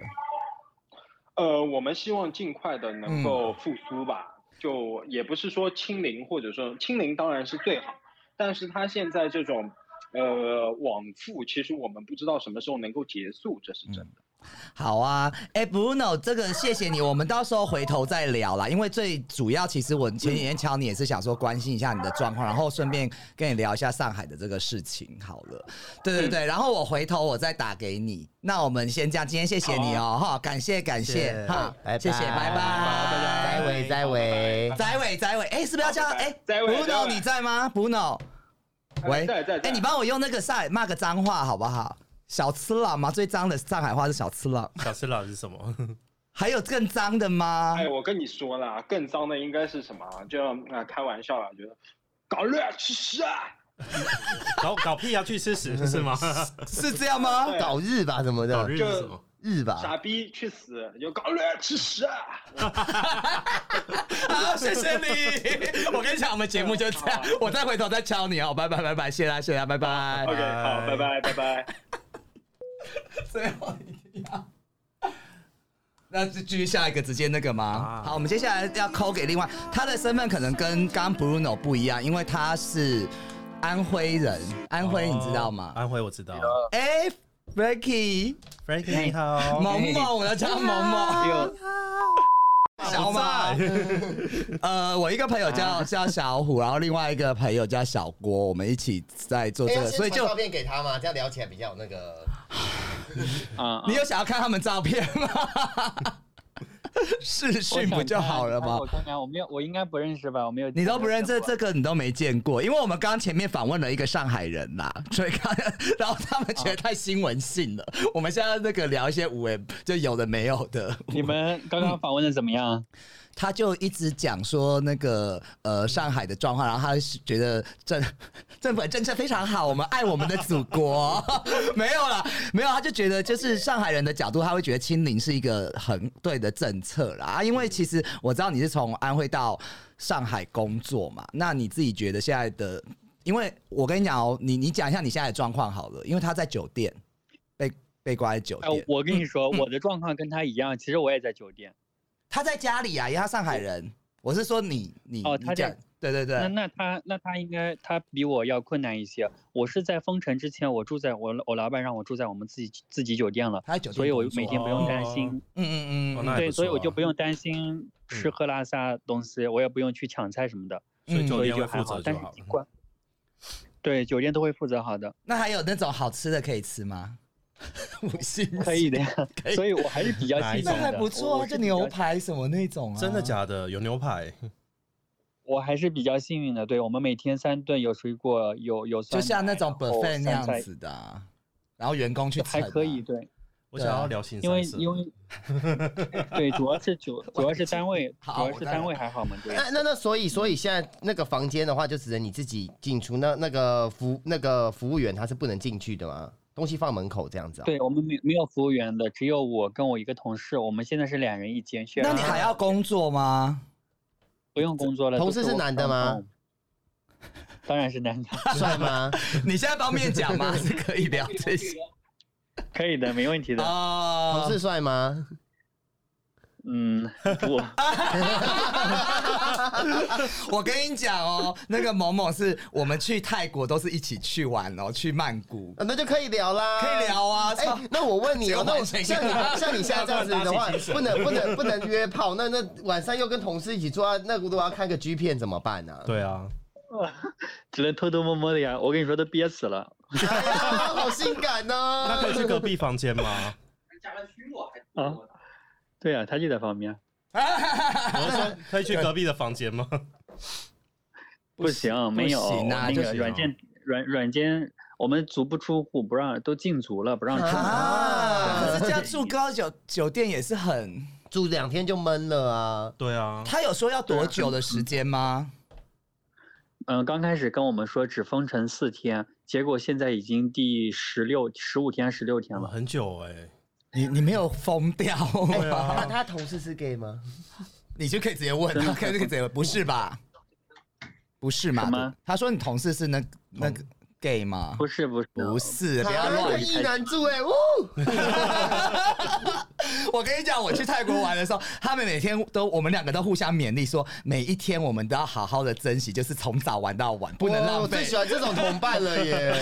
[SPEAKER 5] 呃，我们希望尽快的
[SPEAKER 1] 嗯
[SPEAKER 5] 能够复苏吧，就也不是说清零，或者说清零当然是最好，但是它现在这种呃往复，其实我们不知道什么时候能够结束，这是真的。
[SPEAKER 1] 好啊，哎、b r u n o 这个谢谢你，我们到时候回头再聊啦。因为最主要，其实我前几天敲你也是想说关心一下你的状况，然后顺便跟你聊一下上海的这个事情。好了，对对对，然后我回头我再打给你。那我们先这样，今天谢谢你哦，哈，感谢感谢
[SPEAKER 3] 谢，
[SPEAKER 1] 哈
[SPEAKER 2] 拜，拜
[SPEAKER 1] 谢谢，拜
[SPEAKER 2] 再
[SPEAKER 1] 拜。
[SPEAKER 2] 会，再会。
[SPEAKER 1] 翟伟，翟伟，哎、是不是要叫他？哎、
[SPEAKER 5] 翟伟
[SPEAKER 1] b r u n
[SPEAKER 5] 翟
[SPEAKER 1] o
[SPEAKER 5] 伟
[SPEAKER 1] 你在吗？Bruno，喂，
[SPEAKER 5] 在在
[SPEAKER 1] 哎、
[SPEAKER 5] 在，
[SPEAKER 1] 你帮我用那个上海骂个脏话好不好？小吃郎嘛，最脏的上海话是小吃郎，
[SPEAKER 3] 小吃佬是什么？
[SPEAKER 1] 还有更脏的吗？
[SPEAKER 5] 哎，我跟你说啦，更脏的应该是什么啊？就啊、开玩笑啦，觉得搞乱吃屎啊！
[SPEAKER 3] 搞搞屁要去吃屎是吗？
[SPEAKER 1] 是这样吗？
[SPEAKER 5] 对
[SPEAKER 2] 搞日吧什么
[SPEAKER 3] 搞
[SPEAKER 2] 的，
[SPEAKER 3] 日是什么？
[SPEAKER 2] 日
[SPEAKER 1] 啊
[SPEAKER 2] 吧，
[SPEAKER 5] 傻逼去死！你就搞乱吃屎啊！
[SPEAKER 1] 好，谢谢 你。我跟你讲，我们节目就这样，我再回头再敲你哦。拜拜拜拜，谢啦谢啦，拜拜。
[SPEAKER 5] OK，好，拜拜拜拜。
[SPEAKER 1] 最后一定要。那就继续下一个，直接那个吗？
[SPEAKER 3] 啊
[SPEAKER 1] 好，我们接下来要抠给另外，他的身份可能跟刚 Bruno 不一样，因为他是安徽人，安徽你知道吗
[SPEAKER 3] 哦？哦安徽我知道。
[SPEAKER 1] 哎，Ricky，
[SPEAKER 3] Frankie 你好，
[SPEAKER 1] 萌萌，我要叫他萌萌。小马
[SPEAKER 3] 我，在
[SPEAKER 1] 呃，我一个朋友
[SPEAKER 3] 啊
[SPEAKER 1] 叫叫小虎，然后另外一个朋友叫小郭，我们一起在做
[SPEAKER 2] 哎
[SPEAKER 3] 哎
[SPEAKER 1] 这个，所以就
[SPEAKER 2] 片给他嘛，这样聊起来比较有那个。
[SPEAKER 5] 啊、
[SPEAKER 1] 你有想要看他们照片吗？ 视讯不就好了吗
[SPEAKER 4] 我？看看，我没有，我应该不认识吧？我没有，
[SPEAKER 1] 你都不认这
[SPEAKER 4] 我没有
[SPEAKER 1] 这
[SPEAKER 4] 见过
[SPEAKER 1] 个你都没见过，因为我们刚刚前面访问了一个上海人啦，所以刚然后他们觉得太新闻性了。我们现在那个聊一些无为，就有的没有的。
[SPEAKER 4] 你们刚刚访问的怎么 样？
[SPEAKER 1] 他就一直讲说那个呃上海的状况，然后他是觉得政 政府的政策非常好，我们爱我们的祖国。 没有啦，没有，他就觉得就是上海人的角度，他会觉得清零是一个很对的政策啦。啊，因为其实我知道你是从安徽到上海工作嘛，那你自己觉得现在的，因为我跟你讲哦，你你讲一下你现在的状况好了，因为他在酒店被被关在酒
[SPEAKER 4] 哎
[SPEAKER 1] 店，，
[SPEAKER 4] 我跟你说，我的状况跟他一样，其实我也在酒店。
[SPEAKER 1] 他在家里啊，因为他上海人。我是说你你
[SPEAKER 4] 哦
[SPEAKER 1] 你
[SPEAKER 4] 他在
[SPEAKER 1] 讲对对 对，
[SPEAKER 4] 那那他那他应该他比我要困难一些。我是在封城之前，我住在我我老板让我住在我们自己自己酒店了，
[SPEAKER 1] 他在酒店，哦
[SPEAKER 4] 所以我每天不用担心。
[SPEAKER 1] 嗯嗯嗯
[SPEAKER 3] 哦
[SPEAKER 1] 嗯，
[SPEAKER 3] 那还
[SPEAKER 4] 对，
[SPEAKER 3] 不
[SPEAKER 4] 所以
[SPEAKER 3] 错
[SPEAKER 4] 我就
[SPEAKER 3] 啊
[SPEAKER 4] 不用担心吃喝拉撒东西，我也不用去抢菜什么的，
[SPEAKER 1] 嗯
[SPEAKER 3] 所以酒
[SPEAKER 4] 所以
[SPEAKER 3] 店
[SPEAKER 4] 就
[SPEAKER 3] 会
[SPEAKER 4] 还
[SPEAKER 3] 负
[SPEAKER 4] 好。
[SPEAKER 3] 责
[SPEAKER 4] 但
[SPEAKER 3] 就是好了。
[SPEAKER 4] 关，嗯对，酒店都会负责好 的，
[SPEAKER 1] 那还有那种好吃的可以吃吗？ 五星
[SPEAKER 4] 可以的呀。
[SPEAKER 1] 以
[SPEAKER 4] 所以我还是比较
[SPEAKER 3] 哪一
[SPEAKER 4] 信
[SPEAKER 3] 种
[SPEAKER 1] 那
[SPEAKER 4] 任
[SPEAKER 1] 还
[SPEAKER 4] 的，
[SPEAKER 1] 不
[SPEAKER 3] 哦
[SPEAKER 1] 错
[SPEAKER 4] 我
[SPEAKER 1] 啊，就牛，排什么那种啊，
[SPEAKER 3] 真的假的？有牛排，
[SPEAKER 4] 我还是比较幸运的。对我们每天三顿有水果，有有
[SPEAKER 1] 就
[SPEAKER 4] 酸奶，
[SPEAKER 1] 像那种
[SPEAKER 4] 然后
[SPEAKER 1] buffet 那
[SPEAKER 4] 酸
[SPEAKER 1] 样
[SPEAKER 4] 哦菜
[SPEAKER 1] 子的啊，然后员工去
[SPEAKER 4] 就还
[SPEAKER 1] 蹭啊
[SPEAKER 4] 可以，对。
[SPEAKER 3] 我想要聊性
[SPEAKER 4] 因为
[SPEAKER 3] 三色。
[SPEAKER 4] 因 为对，主要是主主要是单位，主
[SPEAKER 1] 好
[SPEAKER 4] 要
[SPEAKER 1] 我
[SPEAKER 4] 是
[SPEAKER 1] 当然
[SPEAKER 4] 单位还好嘛，对。
[SPEAKER 2] 那那那，所以所以现在那个房间的话，就只能你自己进出。那那个服那个服务员他是不能进去的嘛，东西放门口这样子啊。
[SPEAKER 4] 对我们没没有服务员的，只有我跟我一个同事，我们现在是两人一间 share，
[SPEAKER 1] 那你还要工作吗？
[SPEAKER 4] 不用工作了。
[SPEAKER 2] 同
[SPEAKER 4] 都
[SPEAKER 2] 事
[SPEAKER 4] 是
[SPEAKER 2] 是
[SPEAKER 4] work
[SPEAKER 2] 男的
[SPEAKER 4] from
[SPEAKER 2] 吗
[SPEAKER 4] home？当然是男的，
[SPEAKER 2] 帅吗？
[SPEAKER 1] 你现在方便讲 吗？是可以聊这些
[SPEAKER 4] 可以的，没问题的。
[SPEAKER 1] 哦
[SPEAKER 2] 同事帅吗？
[SPEAKER 4] 嗯，不，
[SPEAKER 1] 我跟你讲哦，那个某某是我们去泰国都是一起去玩哦，去曼谷
[SPEAKER 2] 啊那就可以聊啦，
[SPEAKER 1] 可以。聊啊。
[SPEAKER 2] 哎、
[SPEAKER 1] 操
[SPEAKER 2] 那我问你哦，
[SPEAKER 1] 结
[SPEAKER 2] 那
[SPEAKER 1] 婚
[SPEAKER 2] 我像
[SPEAKER 1] 前
[SPEAKER 2] 你像你现在这样子的话
[SPEAKER 3] 要不要打起精，神
[SPEAKER 2] 不能不能不能约炮，那那晚上又跟同事一起做啊，那如果要看个 G 片怎么办呢、啊？
[SPEAKER 3] 对啊，
[SPEAKER 4] 只能偷偷摸摸的呀。我跟你说，都憋死了啊
[SPEAKER 2] 哎呀，好性感哦呢、
[SPEAKER 3] 那可以去隔壁房间吗？
[SPEAKER 4] 啊。对啊呀、他就在旁边，
[SPEAKER 3] 我是说可以去隔壁的房间吗？
[SPEAKER 4] 不行，没有
[SPEAKER 1] 不行啊
[SPEAKER 4] 那
[SPEAKER 1] 这
[SPEAKER 4] 个
[SPEAKER 1] 行
[SPEAKER 4] 软件软软件，我们足不出户，不让都禁足了，不让出门。
[SPEAKER 1] 啊！可
[SPEAKER 2] 啊
[SPEAKER 1] 是这样住高酒酒店也是很，
[SPEAKER 2] 住两天就闷了啊。
[SPEAKER 3] 对啊，
[SPEAKER 1] 他有说要多久的时间吗？
[SPEAKER 4] 嗯，刚开始跟我们说只封城四天，结果现在已经第十六、十五天、十六天
[SPEAKER 3] 哇
[SPEAKER 4] 了。
[SPEAKER 3] 很久哎，
[SPEAKER 1] 你你没有疯掉吗？
[SPEAKER 3] 对
[SPEAKER 2] 那
[SPEAKER 3] 啊，
[SPEAKER 2] 他同事是 gay 吗？
[SPEAKER 1] 你就可以直接问，
[SPEAKER 4] 真
[SPEAKER 1] 他
[SPEAKER 4] 的
[SPEAKER 1] 可以直接问，不是吧？不是
[SPEAKER 4] 什么
[SPEAKER 1] 嘛？他说你同事是那那个 gay 吗？
[SPEAKER 4] 不是不是，
[SPEAKER 1] 嗯不是，不
[SPEAKER 2] 啊
[SPEAKER 1] 要乱
[SPEAKER 2] 跟异男住哎、呜！
[SPEAKER 1] 我跟你讲，我去泰国玩的时候，他们每天都，我们两个都互相勉励说，每一天我们都要好好的珍惜，就是从早玩到晚，不能
[SPEAKER 2] 哇我
[SPEAKER 1] 浪
[SPEAKER 2] 最
[SPEAKER 1] 费
[SPEAKER 2] 喜。欢这种同伴了耶。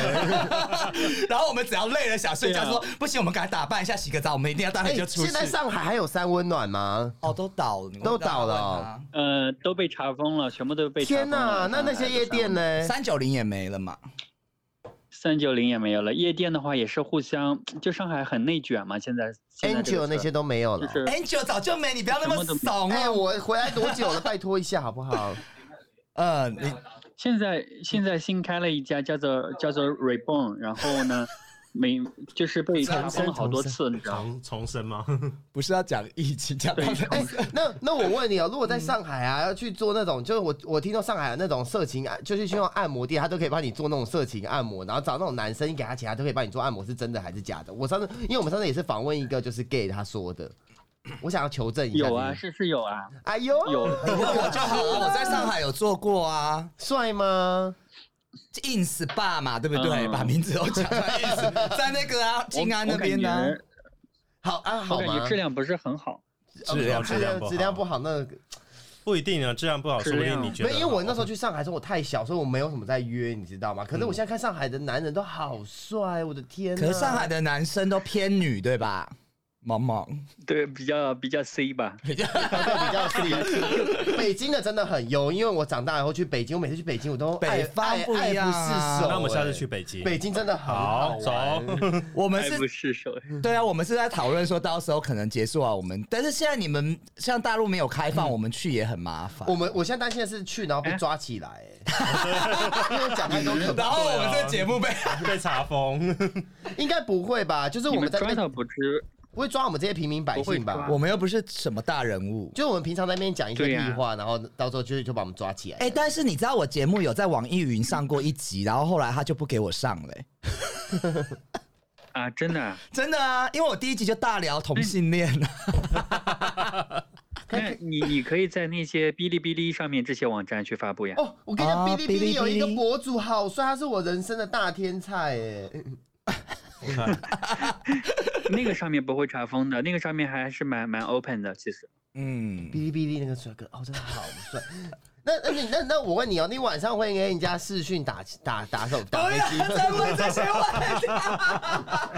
[SPEAKER 1] 然后我们只要累了想睡觉，
[SPEAKER 4] 对啊
[SPEAKER 1] 说不行，我们赶快打扮一下，洗个澡，我们一定要当
[SPEAKER 2] 哎、
[SPEAKER 1] 天就出去
[SPEAKER 2] 现。在上海还有三温暖吗？
[SPEAKER 1] 哦，都倒了，
[SPEAKER 2] 都倒了哦
[SPEAKER 4] 呃，都被查封了，全部都被查
[SPEAKER 2] 天
[SPEAKER 4] 封
[SPEAKER 2] 哪，
[SPEAKER 4] 了。哎
[SPEAKER 2] 那那些夜店
[SPEAKER 4] 呢？
[SPEAKER 2] 呢？
[SPEAKER 1] 三九零也没了嘛。
[SPEAKER 4] 三九零也没有了，夜店的话也是互相，就上海很内卷嘛，现在。现在这个
[SPEAKER 2] Angel 那
[SPEAKER 4] 事
[SPEAKER 2] 些
[SPEAKER 4] 儿
[SPEAKER 2] 都没有了
[SPEAKER 4] 就。是
[SPEAKER 1] Angel 早就没，你不要那么怂
[SPEAKER 2] 哎、
[SPEAKER 1] 啊！
[SPEAKER 2] 我回来多久了？拜托一下好不好？
[SPEAKER 1] 嗯，你
[SPEAKER 4] 现在现在新开了一家叫做叫做 Reborn，然后呢，每就是被查封了好多次，你知道吗？
[SPEAKER 3] 重重生吗？
[SPEAKER 1] 不是要讲疫情，讲到
[SPEAKER 4] 对
[SPEAKER 2] 哎、 那那我问你哦，如果在上海啊，要去做那种，就是我我听到上海的那种色情按，就是去那种按摩店，他都可以帮你做那种色情按摩，然后找那种男生给他钱，他都可以帮你做按摩，是真的还是假的？我上次，因为我们上次也是访问一个就是 gay，他说的，我想要求证一下。
[SPEAKER 4] 有啊，，是是有啊，
[SPEAKER 2] 哎呦，
[SPEAKER 4] 有。
[SPEAKER 1] 你问我就好了。我在上海有做过啊
[SPEAKER 2] 帅吗？
[SPEAKER 1] ，In Spa 嘛，对不对？
[SPEAKER 4] 嗯
[SPEAKER 1] 把名字都讲出来，In Spa 在那个啊，静安那边呢、
[SPEAKER 4] 我
[SPEAKER 1] 啊
[SPEAKER 4] 感。觉
[SPEAKER 2] 好啊，
[SPEAKER 4] 我
[SPEAKER 2] 好
[SPEAKER 4] 感觉
[SPEAKER 2] 吗？
[SPEAKER 4] 质量不是很好。
[SPEAKER 1] 质量
[SPEAKER 2] 质量质量不好，那个
[SPEAKER 3] 不一定啊，质量不好，
[SPEAKER 4] 质
[SPEAKER 3] 说不定
[SPEAKER 4] 量
[SPEAKER 3] 你觉
[SPEAKER 2] 没
[SPEAKER 3] 得
[SPEAKER 2] 有，
[SPEAKER 3] 好。
[SPEAKER 2] 因为我那时候去上海的时候我太小，所以我没有什么在约，你知道吗？可是我现在看上海的男人都好帅，我的天、啊！
[SPEAKER 1] 可是上海的男生都偏女，对吧？萌萌，
[SPEAKER 4] 对，比较比较 C 吧。
[SPEAKER 2] 比较是北京的真的很油，因为我长大以后去北京，我每次去北京我都爱
[SPEAKER 1] 北方
[SPEAKER 2] 爱
[SPEAKER 1] 不一样啊
[SPEAKER 2] 爱不释手。
[SPEAKER 1] 那
[SPEAKER 3] 那我们下次去
[SPEAKER 2] 北
[SPEAKER 3] 北京。
[SPEAKER 2] 欸北京真的很好哎
[SPEAKER 3] 走
[SPEAKER 2] 玩。
[SPEAKER 1] 我们
[SPEAKER 4] 爱不
[SPEAKER 1] 是
[SPEAKER 4] 释手。
[SPEAKER 1] 对啊，我们是在讨论说到时候可能结束啊，我们但是现在你们像大陆没有开放，我们去也很麻烦
[SPEAKER 2] 我。们我现在担心的是去然后被抓起来，因为讲太多可
[SPEAKER 1] 然
[SPEAKER 2] 怕。
[SPEAKER 1] 后我们这节目被
[SPEAKER 3] 被查封，
[SPEAKER 2] 应该不会吧？就是
[SPEAKER 4] 你
[SPEAKER 2] 我
[SPEAKER 4] 们
[SPEAKER 2] 们在
[SPEAKER 4] 抓
[SPEAKER 2] 那
[SPEAKER 4] 到
[SPEAKER 2] 边
[SPEAKER 4] 不知，
[SPEAKER 2] 不会抓我们这些平民百姓
[SPEAKER 4] 不会
[SPEAKER 2] 吧
[SPEAKER 4] 抓？
[SPEAKER 1] 我们又不是什么大人物。
[SPEAKER 2] 就我们平常在那边讲一些
[SPEAKER 4] 对
[SPEAKER 2] 屁
[SPEAKER 4] 呀
[SPEAKER 2] 话，然后到时候就就把我们抓起来。
[SPEAKER 1] 哎、但是你知道我节目有在网易云上过一集，然后后来他就不给我上了欸、
[SPEAKER 4] 啊，真的啊。
[SPEAKER 1] 真的啊，因为我第一集就大聊同性恋啊。
[SPEAKER 4] 那你你可以在那些哔哩哔哩上面这些网站去发布呀。
[SPEAKER 2] 哦，我跟你讲，
[SPEAKER 1] 啊
[SPEAKER 2] 哔哩哔
[SPEAKER 1] 哔哩
[SPEAKER 2] 哩有一个
[SPEAKER 1] 哔哩
[SPEAKER 2] 博主好帅，他是我人生的大天才哎。
[SPEAKER 4] 那个上面不会查封的，那个上面还是蛮蛮 open 的，其实。
[SPEAKER 1] 嗯
[SPEAKER 2] 哔，哩哔哩那个帅哥，哦，真的好帅。那那你那那我问你哦，你晚上会跟人家视讯打打打手
[SPEAKER 1] 不
[SPEAKER 2] 打飞
[SPEAKER 1] 要
[SPEAKER 2] 机？
[SPEAKER 1] 再哎问这些问题。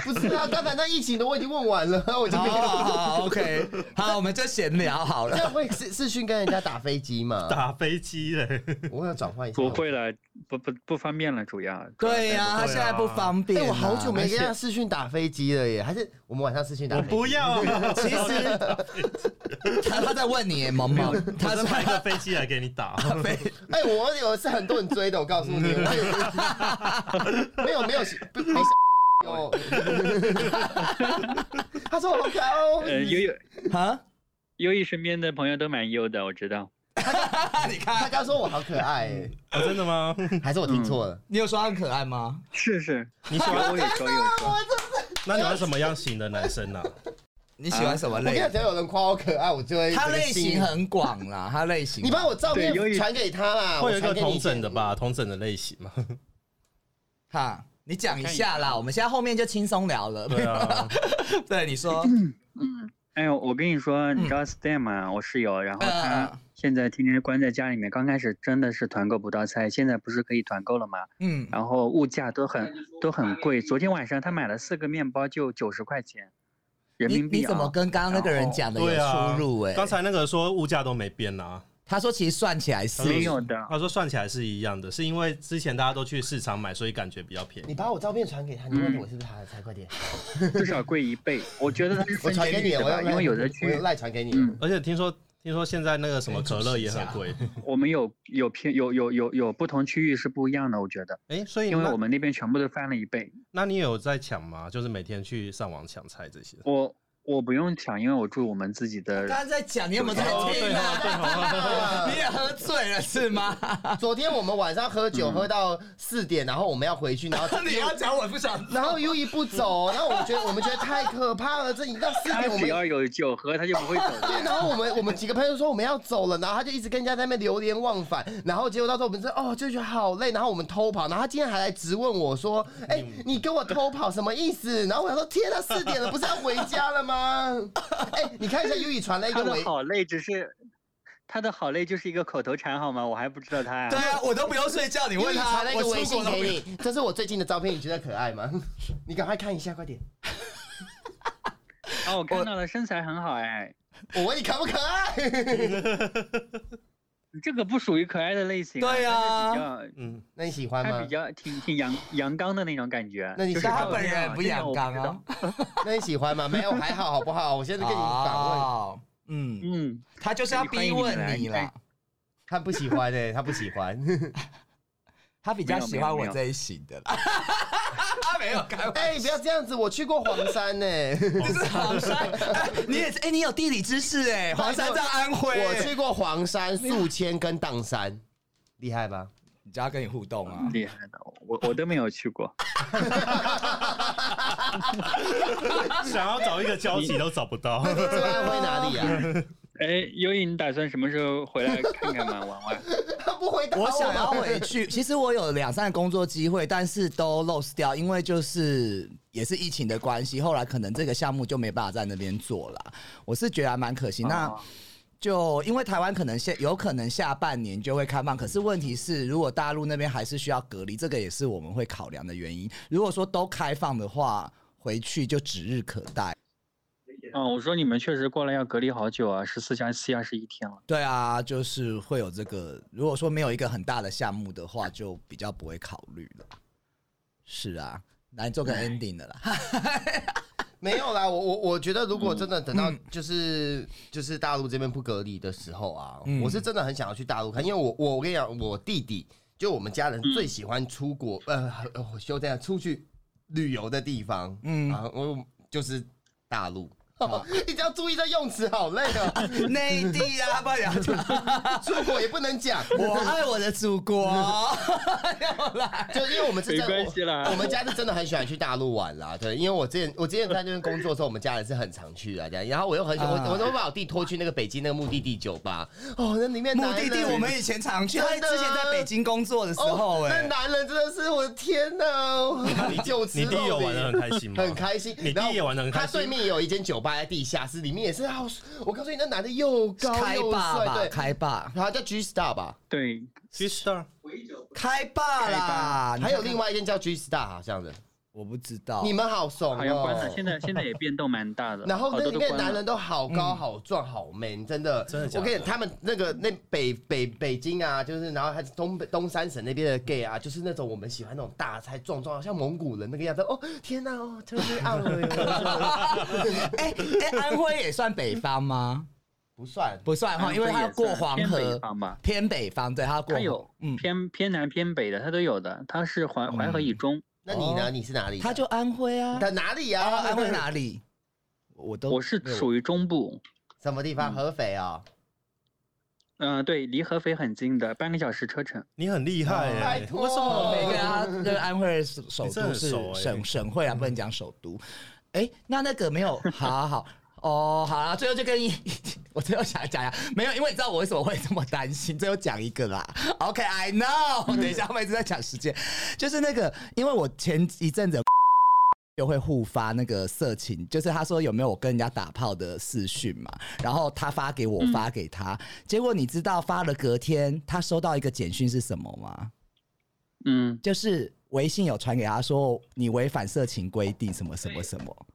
[SPEAKER 2] 不是啊，刚才那疫情的我已经问完了，我就
[SPEAKER 1] 好
[SPEAKER 2] 没有。
[SPEAKER 1] 好好，OK，好，我 们就闲聊好
[SPEAKER 2] 这
[SPEAKER 1] 了。
[SPEAKER 2] 样会视视讯跟人家打飞机吗？
[SPEAKER 3] 打飞机嘞，
[SPEAKER 2] 我想转换一下。
[SPEAKER 4] 不会了，不不不方便了，主要。主要
[SPEAKER 1] 对啊呀、他现在不方便、
[SPEAKER 2] 哎，
[SPEAKER 1] 啊
[SPEAKER 2] 我好久没跟人家
[SPEAKER 1] 而且
[SPEAKER 2] 视讯打飞机了耶，还是我们晚上视讯打
[SPEAKER 3] 我
[SPEAKER 2] 飞机？
[SPEAKER 3] 不要啊！
[SPEAKER 1] 其实 他他在问你，萌 萌，他
[SPEAKER 3] 我
[SPEAKER 1] 是
[SPEAKER 3] 真买个飞机来给你 打，
[SPEAKER 2] 哎、我有是很多人追的，我告诉你，我有没有没有不没有。他说我好可爱哦，
[SPEAKER 4] 呃，优优
[SPEAKER 1] 啊，
[SPEAKER 4] 优一身边的朋友都蛮优的，我知道。
[SPEAKER 1] 你
[SPEAKER 2] 他
[SPEAKER 1] 看，
[SPEAKER 2] 刚说我好可爱、哎
[SPEAKER 3] 啊真的吗？
[SPEAKER 2] 还是我听错了？
[SPEAKER 1] 你有说他很可爱吗？
[SPEAKER 4] 是是，
[SPEAKER 3] 你喜欢
[SPEAKER 4] 我也说有说。
[SPEAKER 3] 那你要什么样型的男生 啊？
[SPEAKER 1] 你喜欢什么
[SPEAKER 2] 我跟你
[SPEAKER 1] 类
[SPEAKER 2] 讲，？只要有人夸我可爱，啊我就会。
[SPEAKER 1] 他类型，很广 啦，他类型
[SPEAKER 2] 你把我照片
[SPEAKER 4] 对由于
[SPEAKER 2] 传给他啦，
[SPEAKER 3] 会
[SPEAKER 2] 啊我
[SPEAKER 3] 有一
[SPEAKER 2] 传
[SPEAKER 3] 个
[SPEAKER 2] 给你
[SPEAKER 3] 同整的？吧，同整的类型 嘛。
[SPEAKER 1] 哈，你啊 讲一下啦，我们现在后面就轻松聊 了。
[SPEAKER 3] 对啊，
[SPEAKER 1] 对，你说，
[SPEAKER 4] 哎呦，我跟你说，你知道 Stan 吗？我室友，然后
[SPEAKER 1] 嗯
[SPEAKER 4] 他现在天天关在家里面，刚开始真的是团购不到菜，现在不是可以团购了吗？
[SPEAKER 1] 嗯，
[SPEAKER 4] 然后物价都很都很贵，昨天晚上他买了四个面包就九十块钱，人
[SPEAKER 1] 你
[SPEAKER 4] 民币、啊。
[SPEAKER 1] 你怎么跟刚刚那个人讲的有
[SPEAKER 3] 对啊
[SPEAKER 1] 出入、欸？
[SPEAKER 3] 刚才那个说物价都没变啊，
[SPEAKER 1] 他说其实算起来是
[SPEAKER 3] 他说
[SPEAKER 4] 没有的
[SPEAKER 3] 他说算起来是一样的，是因为之前大家都去市场买，所以感觉比较便宜。
[SPEAKER 2] 你把我照片传给他，你
[SPEAKER 3] 嗯
[SPEAKER 2] 问我是不是他的菜，快点！
[SPEAKER 1] 嗯
[SPEAKER 4] 至少贵一倍？我觉得他是
[SPEAKER 2] 我
[SPEAKER 4] 分
[SPEAKER 2] 传
[SPEAKER 4] 区
[SPEAKER 2] 给
[SPEAKER 4] 域
[SPEAKER 2] 你，
[SPEAKER 4] 的
[SPEAKER 2] 我
[SPEAKER 4] 吧，
[SPEAKER 2] 要
[SPEAKER 4] 因为有的
[SPEAKER 2] 我用
[SPEAKER 4] 区
[SPEAKER 2] 赖传给你。
[SPEAKER 4] 嗯
[SPEAKER 3] 而且听说听说现在那个什么可乐也很 贵，
[SPEAKER 2] 啊
[SPEAKER 4] 我们有有偏有有有有不同区域是不一样的，我觉得，
[SPEAKER 3] 哎，所以
[SPEAKER 4] 因为
[SPEAKER 3] 那
[SPEAKER 4] 我们那边全部都翻了一倍。
[SPEAKER 3] 那你有在抢吗？就是每天去上网抢菜 这些。
[SPEAKER 4] 我我不用抢，因为我住我们自己的。
[SPEAKER 1] 刚刚在讲，你有没有在
[SPEAKER 3] 哦
[SPEAKER 1] 听
[SPEAKER 3] 对
[SPEAKER 1] 啊
[SPEAKER 3] 哦？
[SPEAKER 1] 你也喝醉了是吗？
[SPEAKER 2] 昨天我们晚上喝酒
[SPEAKER 4] 嗯
[SPEAKER 2] 喝到四点，然后我们要回去，然后
[SPEAKER 1] 你要讲我不想。
[SPEAKER 2] 然后优一不走，然后我们觉得我们觉得太可怕了，这一到四
[SPEAKER 4] 他
[SPEAKER 2] 点我
[SPEAKER 4] 只
[SPEAKER 2] 们
[SPEAKER 4] 要有酒喝，他就不会走的。
[SPEAKER 2] 对，然后我们我们几个朋友说我们要走了，然后他就一直跟人家在那边流连忘返，然后结果到时候我们说哦就觉得好累，然后我们偷跑，然后他今天还来质问我说，哎、你跟我偷跑什么意思？然后我想说天呐，四点了不是要回家了吗？哎、你看一下优以传了一
[SPEAKER 4] 他
[SPEAKER 2] 个
[SPEAKER 4] 的
[SPEAKER 2] 微，
[SPEAKER 4] 好累只是他的好累就是一个口头禅好吗？我还不知道他呀、
[SPEAKER 1] 对啊，我都不用睡觉，你
[SPEAKER 2] 优
[SPEAKER 1] 问
[SPEAKER 2] 以
[SPEAKER 1] 他
[SPEAKER 2] 传了，一
[SPEAKER 1] 我
[SPEAKER 2] 个微
[SPEAKER 1] 出
[SPEAKER 2] 信
[SPEAKER 1] 国都不
[SPEAKER 2] 给你，这是我最近的照片，你觉得可爱吗？你赶快看一下，快点，
[SPEAKER 4] 啊，我看到了，身材很好哎，
[SPEAKER 2] 我问你可不可爱？
[SPEAKER 4] 这个不属于可爱的类型、
[SPEAKER 1] 对
[SPEAKER 4] 啊，
[SPEAKER 1] 啊
[SPEAKER 4] 他是比较
[SPEAKER 3] 嗯，
[SPEAKER 2] 那你喜欢
[SPEAKER 4] 他
[SPEAKER 2] 吗
[SPEAKER 4] 比？较挺挺阳阳刚的那种感觉。
[SPEAKER 2] 那你
[SPEAKER 4] 就是
[SPEAKER 2] 是他
[SPEAKER 4] 照
[SPEAKER 1] 本
[SPEAKER 4] 片
[SPEAKER 1] 人
[SPEAKER 4] 啊
[SPEAKER 1] 不
[SPEAKER 4] 这个
[SPEAKER 1] 阳
[SPEAKER 4] 我
[SPEAKER 1] 刚
[SPEAKER 4] 知
[SPEAKER 1] 啊
[SPEAKER 4] 道
[SPEAKER 2] 那你喜欢吗？没有，还好，好不好？我现在跟你反问。
[SPEAKER 1] 哦，嗯，
[SPEAKER 4] 嗯，
[SPEAKER 1] 他就是要逼问你啦。
[SPEAKER 2] 他不喜欢哎、他不喜欢。
[SPEAKER 1] 他比较喜欢我这一型的啦。没有开玩笑，
[SPEAKER 2] 哎、不要这样子，我去过黄山 呢、
[SPEAKER 1] 这是黄山，哎你也是，哎，你有地理知识哎，黄山在安徽，
[SPEAKER 2] 我去过黄山、宿迁跟砀山，厉害 吧？
[SPEAKER 1] 你就要跟你互动啊。
[SPEAKER 4] 厉害的，我我都没有去过。
[SPEAKER 3] 想要找一个交集都找不到。
[SPEAKER 2] 这个安徽哪里 啊？
[SPEAKER 4] 哎，优颖，你打算什么时候回来看看吗？玩玩？
[SPEAKER 2] 他不回答
[SPEAKER 1] 我想要回去，其实我有两三个工作机会，但是都 lose 掉，因为就是也是疫情的关系，后来可能这个项目就没办法在那边做了。我是觉得还蛮可惜。那
[SPEAKER 4] 哦
[SPEAKER 1] 就因为台湾可能下有可能下半年就会开放，可是问题是，如果大陆那边还是需要隔离，这个也是我们会考量的原因。如果说都开放的话，回去就指日可待。
[SPEAKER 4] 哦，我说你们确实过来要隔离好久啊，十四加七二十一天了。
[SPEAKER 1] 对啊，就是会有这个。如果说没有一个很大的项目的话，就比较不会考虑了。是啊，来做个 ending 的 啦。
[SPEAKER 2] 没有啦，我我我觉得如果真的等
[SPEAKER 1] 嗯
[SPEAKER 2] 到就是、就是大陆这边不隔离的时候啊，
[SPEAKER 1] 嗯
[SPEAKER 2] 我是真的很想要去大陆看，因为我我我跟你讲，我弟弟就我们家人
[SPEAKER 1] 嗯
[SPEAKER 2] 最喜欢出国，呃，呃我休这样出去旅游的地方，
[SPEAKER 1] 嗯
[SPEAKER 2] 嗯，啊，我就是大 陆。哦一定要注意这用词，好累哦。
[SPEAKER 1] 内地啊，不然
[SPEAKER 2] 出国也不能讲，
[SPEAKER 1] 我爱我的祖国。
[SPEAKER 2] 就因为我们是
[SPEAKER 4] 没
[SPEAKER 2] 真的
[SPEAKER 4] 关系啦
[SPEAKER 2] 我我们家是真的很喜欢去大陆玩啦。对，因为我之前我之前在那边工作的时候，我们家人是很常去啊，这样。然后我又很喜欢，
[SPEAKER 1] 啊
[SPEAKER 2] 我我都会把我弟拖去那个北京那个目的地酒吧。哦，那里面
[SPEAKER 1] 目
[SPEAKER 2] 男人
[SPEAKER 1] 的地我们以前常去，他
[SPEAKER 2] 真的啊
[SPEAKER 1] 之前在北京工作的时候、
[SPEAKER 2] 哦，那
[SPEAKER 1] 哎、
[SPEAKER 2] 男人真的是我的天哪！ 你就吃
[SPEAKER 3] 你弟有玩的很开心吗？
[SPEAKER 2] 很开心，
[SPEAKER 3] 你
[SPEAKER 2] 然后
[SPEAKER 3] 弟也玩的很开
[SPEAKER 2] 他对
[SPEAKER 3] 心。
[SPEAKER 2] 面有一间酒吧在地下室，里面也是好。我告诉你，那男的又高
[SPEAKER 1] 开
[SPEAKER 2] 又
[SPEAKER 1] 霸
[SPEAKER 2] 帅，
[SPEAKER 1] 吧，
[SPEAKER 2] 对，
[SPEAKER 1] 开霸，
[SPEAKER 2] 然后叫 G Star 吧，
[SPEAKER 4] 对，
[SPEAKER 3] G Star
[SPEAKER 1] 开霸啦！
[SPEAKER 2] 还有另
[SPEAKER 1] 外，
[SPEAKER 2] 外一间叫 G Star 好像的。
[SPEAKER 1] 我不知道，
[SPEAKER 2] 你们好怂
[SPEAKER 4] 好像关了，
[SPEAKER 2] 哦！
[SPEAKER 4] 现在现在也变动蛮大 的，
[SPEAKER 2] 然后
[SPEAKER 4] 好
[SPEAKER 2] 那
[SPEAKER 4] 多
[SPEAKER 2] 里
[SPEAKER 4] 都
[SPEAKER 2] 面
[SPEAKER 4] 关
[SPEAKER 2] 男人
[SPEAKER 4] 了。
[SPEAKER 2] 都好
[SPEAKER 1] 嗯
[SPEAKER 2] 高、好壮、好 man，真的。
[SPEAKER 3] 真的假的
[SPEAKER 2] 我跟你讲，他们那个那北北北京啊，就是然后还是东北东三省那边的 gay 啊，就是那种我们喜欢那种大才壮壮，像蒙古人那个样子。哦，天哪、哦，真是啊暗了 哟。
[SPEAKER 1] 哎哎、安徽也算北方吗？
[SPEAKER 2] 不算，
[SPEAKER 1] 不算哈，
[SPEAKER 4] 安
[SPEAKER 1] 因为
[SPEAKER 4] 徽
[SPEAKER 1] 他要
[SPEAKER 4] 也
[SPEAKER 1] 过
[SPEAKER 4] 算
[SPEAKER 1] 黄
[SPEAKER 4] 偏北
[SPEAKER 1] 河，
[SPEAKER 4] 方吧
[SPEAKER 1] 偏北方，对，他要过
[SPEAKER 4] 它
[SPEAKER 1] 黄，
[SPEAKER 4] 有
[SPEAKER 1] 嗯，
[SPEAKER 4] 偏偏南偏北的，它都有的。它是淮淮河以中，
[SPEAKER 2] 那你呢？
[SPEAKER 1] 哦
[SPEAKER 2] 你是哪里的？
[SPEAKER 1] 他就安徽啊，
[SPEAKER 2] 他哪里
[SPEAKER 1] 啊，
[SPEAKER 2] 啊？
[SPEAKER 1] 安徽？哪里？我都
[SPEAKER 4] 我是属于中部，
[SPEAKER 2] 什么地方？合肥啊、
[SPEAKER 4] 嗯、对，离合肥很近的，半个小时车程。
[SPEAKER 3] 你很厉害欸耶、
[SPEAKER 2] 拜托
[SPEAKER 3] 为什
[SPEAKER 1] 哦
[SPEAKER 3] 么
[SPEAKER 1] 每个 他的安徽的首首
[SPEAKER 3] 你真的
[SPEAKER 1] 都
[SPEAKER 3] 很
[SPEAKER 1] 是
[SPEAKER 3] 熟欸
[SPEAKER 1] 省省会啊，不能讲首都。哎，那那个没有，好好好。哦，好啦，最后就跟你， 我最后想讲一下，啊没有，因为你知道我为什么会这么担心，最后讲一个啦。OK，I、know，等一下，我们一直在讲时间，就是那个，因为我前一阵子有 就会互发那个色情，就是他说有没有我跟人家打炮的私讯嘛，然后他发给我，发给他，结果你知道发了隔天他收到一个简讯是什么吗？
[SPEAKER 4] 嗯，
[SPEAKER 1] 就是微信有传给他说你违反色情规定什么什么什么，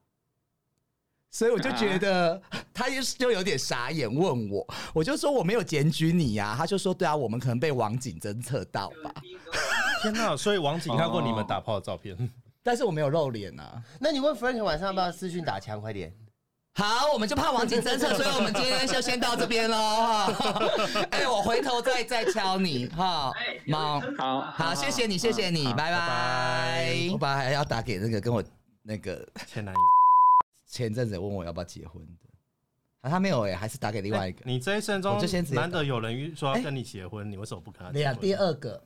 [SPEAKER 1] 所以我就觉得他就是就有点傻眼，问我，我就说我没有检举你呀、他就说对啊，我们可能被网警侦测到吧，
[SPEAKER 3] 天哪！所以王景看过你们打炮的照 片，
[SPEAKER 1] 但是我没有露脸啊。
[SPEAKER 2] 那你问 Frank 晚上要不要私讯打枪？快 点，
[SPEAKER 1] 好，我们就怕网警侦测，所以我们今天就先到这边喽哈。哎、我回头再再敲你哈，猫。
[SPEAKER 4] 好，
[SPEAKER 1] 哎好，谢谢你，谢谢你，拜拜。我本来还要打给那个跟我那个
[SPEAKER 3] 前男友。
[SPEAKER 1] 前阵子问我要不要结婚的，啊，他没有哎、还是打给另外一个。
[SPEAKER 3] 你这一生中
[SPEAKER 1] 我就先直接打哎
[SPEAKER 3] 难得有人说要跟你结婚，你为什么不跟他
[SPEAKER 1] 没
[SPEAKER 3] 结
[SPEAKER 1] 有，啊
[SPEAKER 3] 婚？
[SPEAKER 1] 哎第二个，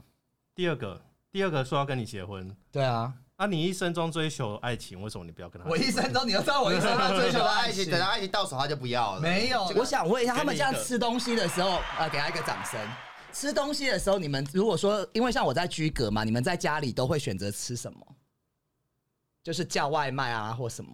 [SPEAKER 3] 第二个，第二个说要跟你结婚，
[SPEAKER 1] 对啊，
[SPEAKER 3] 啊，你一生中追求爱情，为什么你不要跟他？
[SPEAKER 1] 我一生中，你要知道我一生中追
[SPEAKER 2] 追求
[SPEAKER 1] 求的
[SPEAKER 2] 到
[SPEAKER 1] 爱
[SPEAKER 2] 爱
[SPEAKER 1] 情
[SPEAKER 2] 情，，等到爱情到手他就不要了。
[SPEAKER 1] 没有
[SPEAKER 2] 这。个
[SPEAKER 1] 我想啊问一下，
[SPEAKER 3] 给你
[SPEAKER 1] 他们这样
[SPEAKER 3] 一个
[SPEAKER 1] 吃东西的时候，呃，给他一个掌声。吃东西的时候，你们如果说，因为像我在居格嘛，你们在家里都会选择吃什么？就是叫外卖啊，或什么？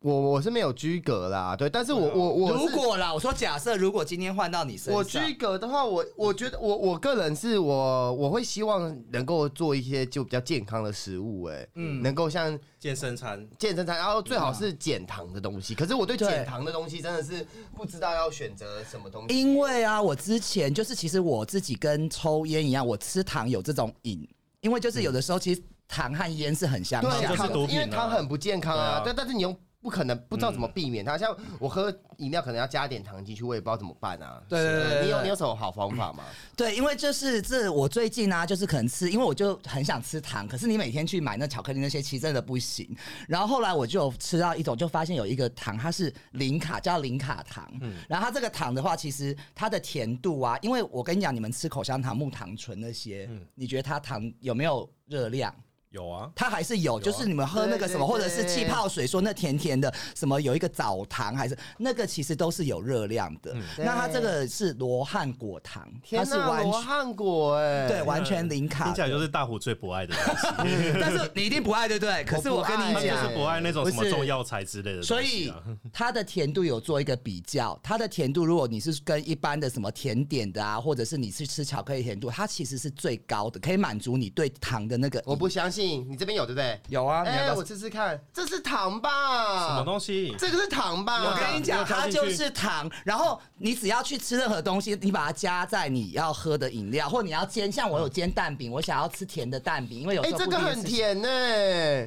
[SPEAKER 2] 我我是没有居格啦，对，但是我我我
[SPEAKER 1] 哦如
[SPEAKER 2] 是
[SPEAKER 1] 果啦，我说假设，如果今天换到你身上，
[SPEAKER 2] 我居格的话，我我觉得我我个人是我我会希望能够做一些就比较健康的食物、哎，
[SPEAKER 1] 嗯
[SPEAKER 2] 嗯，能够像
[SPEAKER 3] 健身餐，
[SPEAKER 2] 健身餐，然后最好是减糖的东西。可是我对
[SPEAKER 1] 对
[SPEAKER 2] 减糖的东西真的是不知道要选择什么东西，
[SPEAKER 1] 因为啊，我之前就是其实我自己跟抽烟一样，我吃糖有这种瘾，因为就是有的时候其实糖和烟是很相
[SPEAKER 2] 对
[SPEAKER 1] 像
[SPEAKER 3] 就是
[SPEAKER 2] 糖
[SPEAKER 1] 的。
[SPEAKER 3] 毒品
[SPEAKER 2] 因
[SPEAKER 3] 啊
[SPEAKER 2] 为糖很不健康啊，
[SPEAKER 3] 对
[SPEAKER 2] 但但是你又不可能不知道怎么避
[SPEAKER 1] 嗯
[SPEAKER 2] 免它，像我喝饮料可能要加点糖进去，我也不知道怎么办啊。
[SPEAKER 1] 对对对对对
[SPEAKER 2] 你有你有什么好方法吗？
[SPEAKER 1] 对，因为就是这我最近啊，就是可能吃，因为我就很想吃糖，可是你每天去买那巧克力那些，其实真的不行。然后后来我就有吃到一种，就发现有一个糖，它是零卡，叫零卡糖。
[SPEAKER 3] 嗯
[SPEAKER 1] 然后它这个糖的话，其实它的甜度啊，因为我跟你讲，你们吃口香糖、木糖醇那些，
[SPEAKER 3] 嗯
[SPEAKER 1] 你觉得它糖有没有热量？
[SPEAKER 3] 有啊，
[SPEAKER 1] 它还是有，就是你们喝那个什么，
[SPEAKER 2] 对
[SPEAKER 1] 或
[SPEAKER 2] 对
[SPEAKER 1] 者是气泡水，说那甜甜的，什么有一个枣糖，还是那个其实都是有热量的。那它这个是罗汉果糖，它
[SPEAKER 2] 天
[SPEAKER 1] 是
[SPEAKER 2] 哪，
[SPEAKER 1] 完
[SPEAKER 2] 罗
[SPEAKER 1] 全
[SPEAKER 2] 汉果哎、
[SPEAKER 1] 对完全零卡
[SPEAKER 3] 听起来就
[SPEAKER 1] 的，
[SPEAKER 3] 是大虎最不爱的 东西，
[SPEAKER 1] 但是你一定不爱，对不对？可是我跟
[SPEAKER 2] 我不
[SPEAKER 1] 你
[SPEAKER 3] 他
[SPEAKER 2] 爱
[SPEAKER 3] 就是
[SPEAKER 1] 讲。
[SPEAKER 3] 不爱那种什
[SPEAKER 1] 不
[SPEAKER 3] 么
[SPEAKER 1] 是
[SPEAKER 3] 中药材之类的东西啊。
[SPEAKER 1] 所以它的甜度有做一个比较，它的甜度如果你是跟一般的什么甜点的啊，或者是你是吃巧克力甜度，它其实是最高的，可以满足你对糖的那个。
[SPEAKER 2] 我不相信，你这边有对不对？
[SPEAKER 1] 有啊，你
[SPEAKER 2] 哎、
[SPEAKER 1] 要不
[SPEAKER 2] 我
[SPEAKER 1] 要？
[SPEAKER 2] 试试看，这是糖
[SPEAKER 3] 什么
[SPEAKER 2] 吧？
[SPEAKER 3] 东西？
[SPEAKER 2] 这个是糖吧？
[SPEAKER 1] 我跟你讲，它就是糖，然后你只要去吃任何东西，你把它加在你要喝的饮料，或你要煎，像我有煎蛋饼，我想要吃甜的蛋饼，因为有
[SPEAKER 2] 哎、
[SPEAKER 1] 时候
[SPEAKER 2] 这
[SPEAKER 1] 不
[SPEAKER 2] 个
[SPEAKER 1] 定
[SPEAKER 2] 很
[SPEAKER 1] 是，
[SPEAKER 2] 甜呢、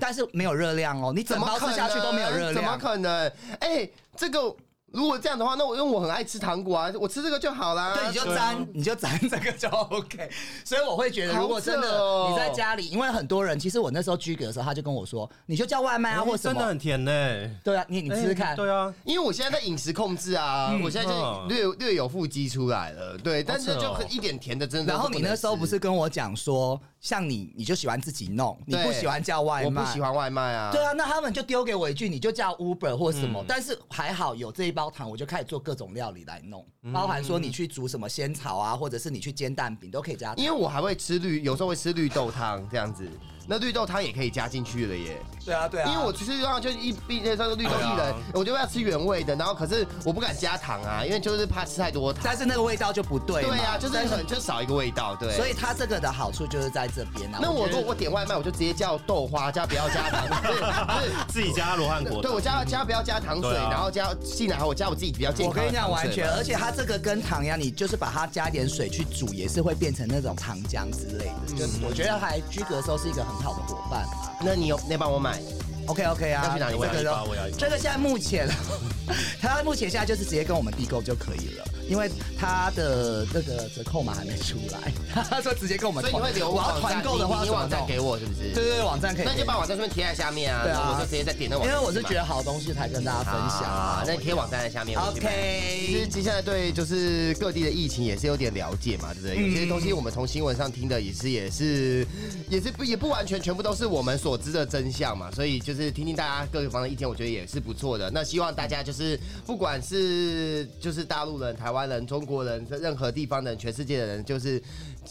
[SPEAKER 1] 但是没有热量哦，你整
[SPEAKER 2] 怎么
[SPEAKER 1] 包
[SPEAKER 2] 可
[SPEAKER 1] 吃
[SPEAKER 2] 能
[SPEAKER 1] 下去都没有热
[SPEAKER 2] 怎么
[SPEAKER 1] 量。
[SPEAKER 2] 可能？哎、这个如果这样的话，那我因为我很爱吃糖果啊，我吃这个就好啦。
[SPEAKER 1] 对，你就沾，你就沾这个就 OK。所以我会觉得，如果真
[SPEAKER 2] 好扯
[SPEAKER 1] 的
[SPEAKER 2] 哦
[SPEAKER 1] 你在家里，因为很多人，其实我那时候居格的时候，他就跟我说，你就叫外卖啊，
[SPEAKER 3] 哎
[SPEAKER 1] 或什
[SPEAKER 3] 真的
[SPEAKER 1] 么。
[SPEAKER 3] 很甜呢。
[SPEAKER 1] 对啊，你你试试
[SPEAKER 2] 哎
[SPEAKER 1] 看。
[SPEAKER 3] 对啊，
[SPEAKER 2] 因为我现在在饮食控制啊，我现在就
[SPEAKER 3] 嗯
[SPEAKER 2] 略略有腹肌出来了，对，但是
[SPEAKER 3] 好扯
[SPEAKER 2] 就
[SPEAKER 3] 哦
[SPEAKER 2] 一点甜的真的。
[SPEAKER 1] 然后你那时候不是，跟我讲说，像你你就喜欢自己弄，你
[SPEAKER 2] 对
[SPEAKER 1] 不喜欢叫外
[SPEAKER 2] 我
[SPEAKER 1] 卖。
[SPEAKER 2] 不喜欢外卖啊。
[SPEAKER 1] 对啊，嗯那他们就丢给我一句，你就叫 Uber 或什么。但是还好有这一包糖，我就开始做各种料理来弄，包含说你去煮什么仙草啊，或者是你去煎蛋饼都可以加糖。
[SPEAKER 2] 因为我还会吃绿，有时候会吃绿豆汤这样子，那绿豆汤也可以加进去了耶。
[SPEAKER 1] 对啊，对
[SPEAKER 2] 因为我吃绿豆汤就一毕那时候绿豆薏
[SPEAKER 3] 对
[SPEAKER 2] 仁
[SPEAKER 3] 啊，
[SPEAKER 2] 我就要吃原味的，然后可是我不敢加糖啊，因为就是怕吃太多糖。
[SPEAKER 1] 但是那个味道就不对嘛。
[SPEAKER 2] 对啊，就是
[SPEAKER 1] 但
[SPEAKER 2] 很就少一个味道，对。
[SPEAKER 1] 所以它这个的好处就是在这边啊。
[SPEAKER 2] 那我
[SPEAKER 1] 觉
[SPEAKER 2] 如
[SPEAKER 1] 得
[SPEAKER 2] 果我点外卖，我就直接叫豆花加不要加糖， 不是不是
[SPEAKER 3] 自己家罗汉 果
[SPEAKER 2] 对，我加加不要加糖水，
[SPEAKER 3] 对啊
[SPEAKER 2] 然后加进来，我加我自己比较健
[SPEAKER 1] 我
[SPEAKER 2] 康的
[SPEAKER 1] 跟你讲，
[SPEAKER 2] 糖水
[SPEAKER 1] 完全，
[SPEAKER 2] 嘛
[SPEAKER 1] 而且它这个跟糖一样，你就是把它加点水去煮，也是会变成那种糖浆之类的。就是我觉得还居格的时候是一个很好的伙伴啊嘛。
[SPEAKER 2] 那你有那帮我买？
[SPEAKER 1] OK OK 啊，
[SPEAKER 2] 要去哪里
[SPEAKER 1] 这个
[SPEAKER 3] 我要一包
[SPEAKER 1] 都
[SPEAKER 3] 我要一包
[SPEAKER 1] 这个现在目前，它目前现在就是直接跟我们订购就可以了，因为它的那个折扣码还没出来，他说直接跟我们
[SPEAKER 2] 所以
[SPEAKER 1] 团。
[SPEAKER 2] 你会留
[SPEAKER 1] 我要
[SPEAKER 2] 网站
[SPEAKER 1] 团购的
[SPEAKER 2] 你
[SPEAKER 1] 话
[SPEAKER 2] 你
[SPEAKER 1] 怎么
[SPEAKER 2] 网站
[SPEAKER 1] 弄
[SPEAKER 2] 给我是不
[SPEAKER 1] 对
[SPEAKER 2] 是？
[SPEAKER 1] 对对，网站可以。
[SPEAKER 2] 那就把网站顺便贴在下面啊，
[SPEAKER 1] 对啊
[SPEAKER 2] 我就直接再点那网
[SPEAKER 1] 因
[SPEAKER 2] 站去
[SPEAKER 1] 为
[SPEAKER 2] 买。
[SPEAKER 1] 我是觉得好东西才跟大家分享啊
[SPEAKER 2] 啊。，那贴网站在下面。我去买
[SPEAKER 1] OK，
[SPEAKER 2] 其实接下来对就是各地的疫情也是有点了解嘛，对不对？有些东西我们从新闻上听的也是也是也是不也不完全全部都是我们所知的真相嘛，所以就是听听大家各方的意见，我觉得也是不错的。那希望大家就是不管是就是大陆人、台湾湾人、中国人、任何地方的人、全世界的人，就是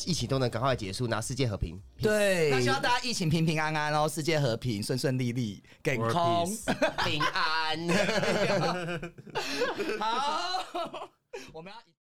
[SPEAKER 2] 疫情都能赶快结束，拿世界和平。
[SPEAKER 1] 对，那希望大家疫情平平安安哦，世界和平，顺顺利利，健
[SPEAKER 3] World
[SPEAKER 1] 康，
[SPEAKER 2] 平安。
[SPEAKER 1] 好，我们要。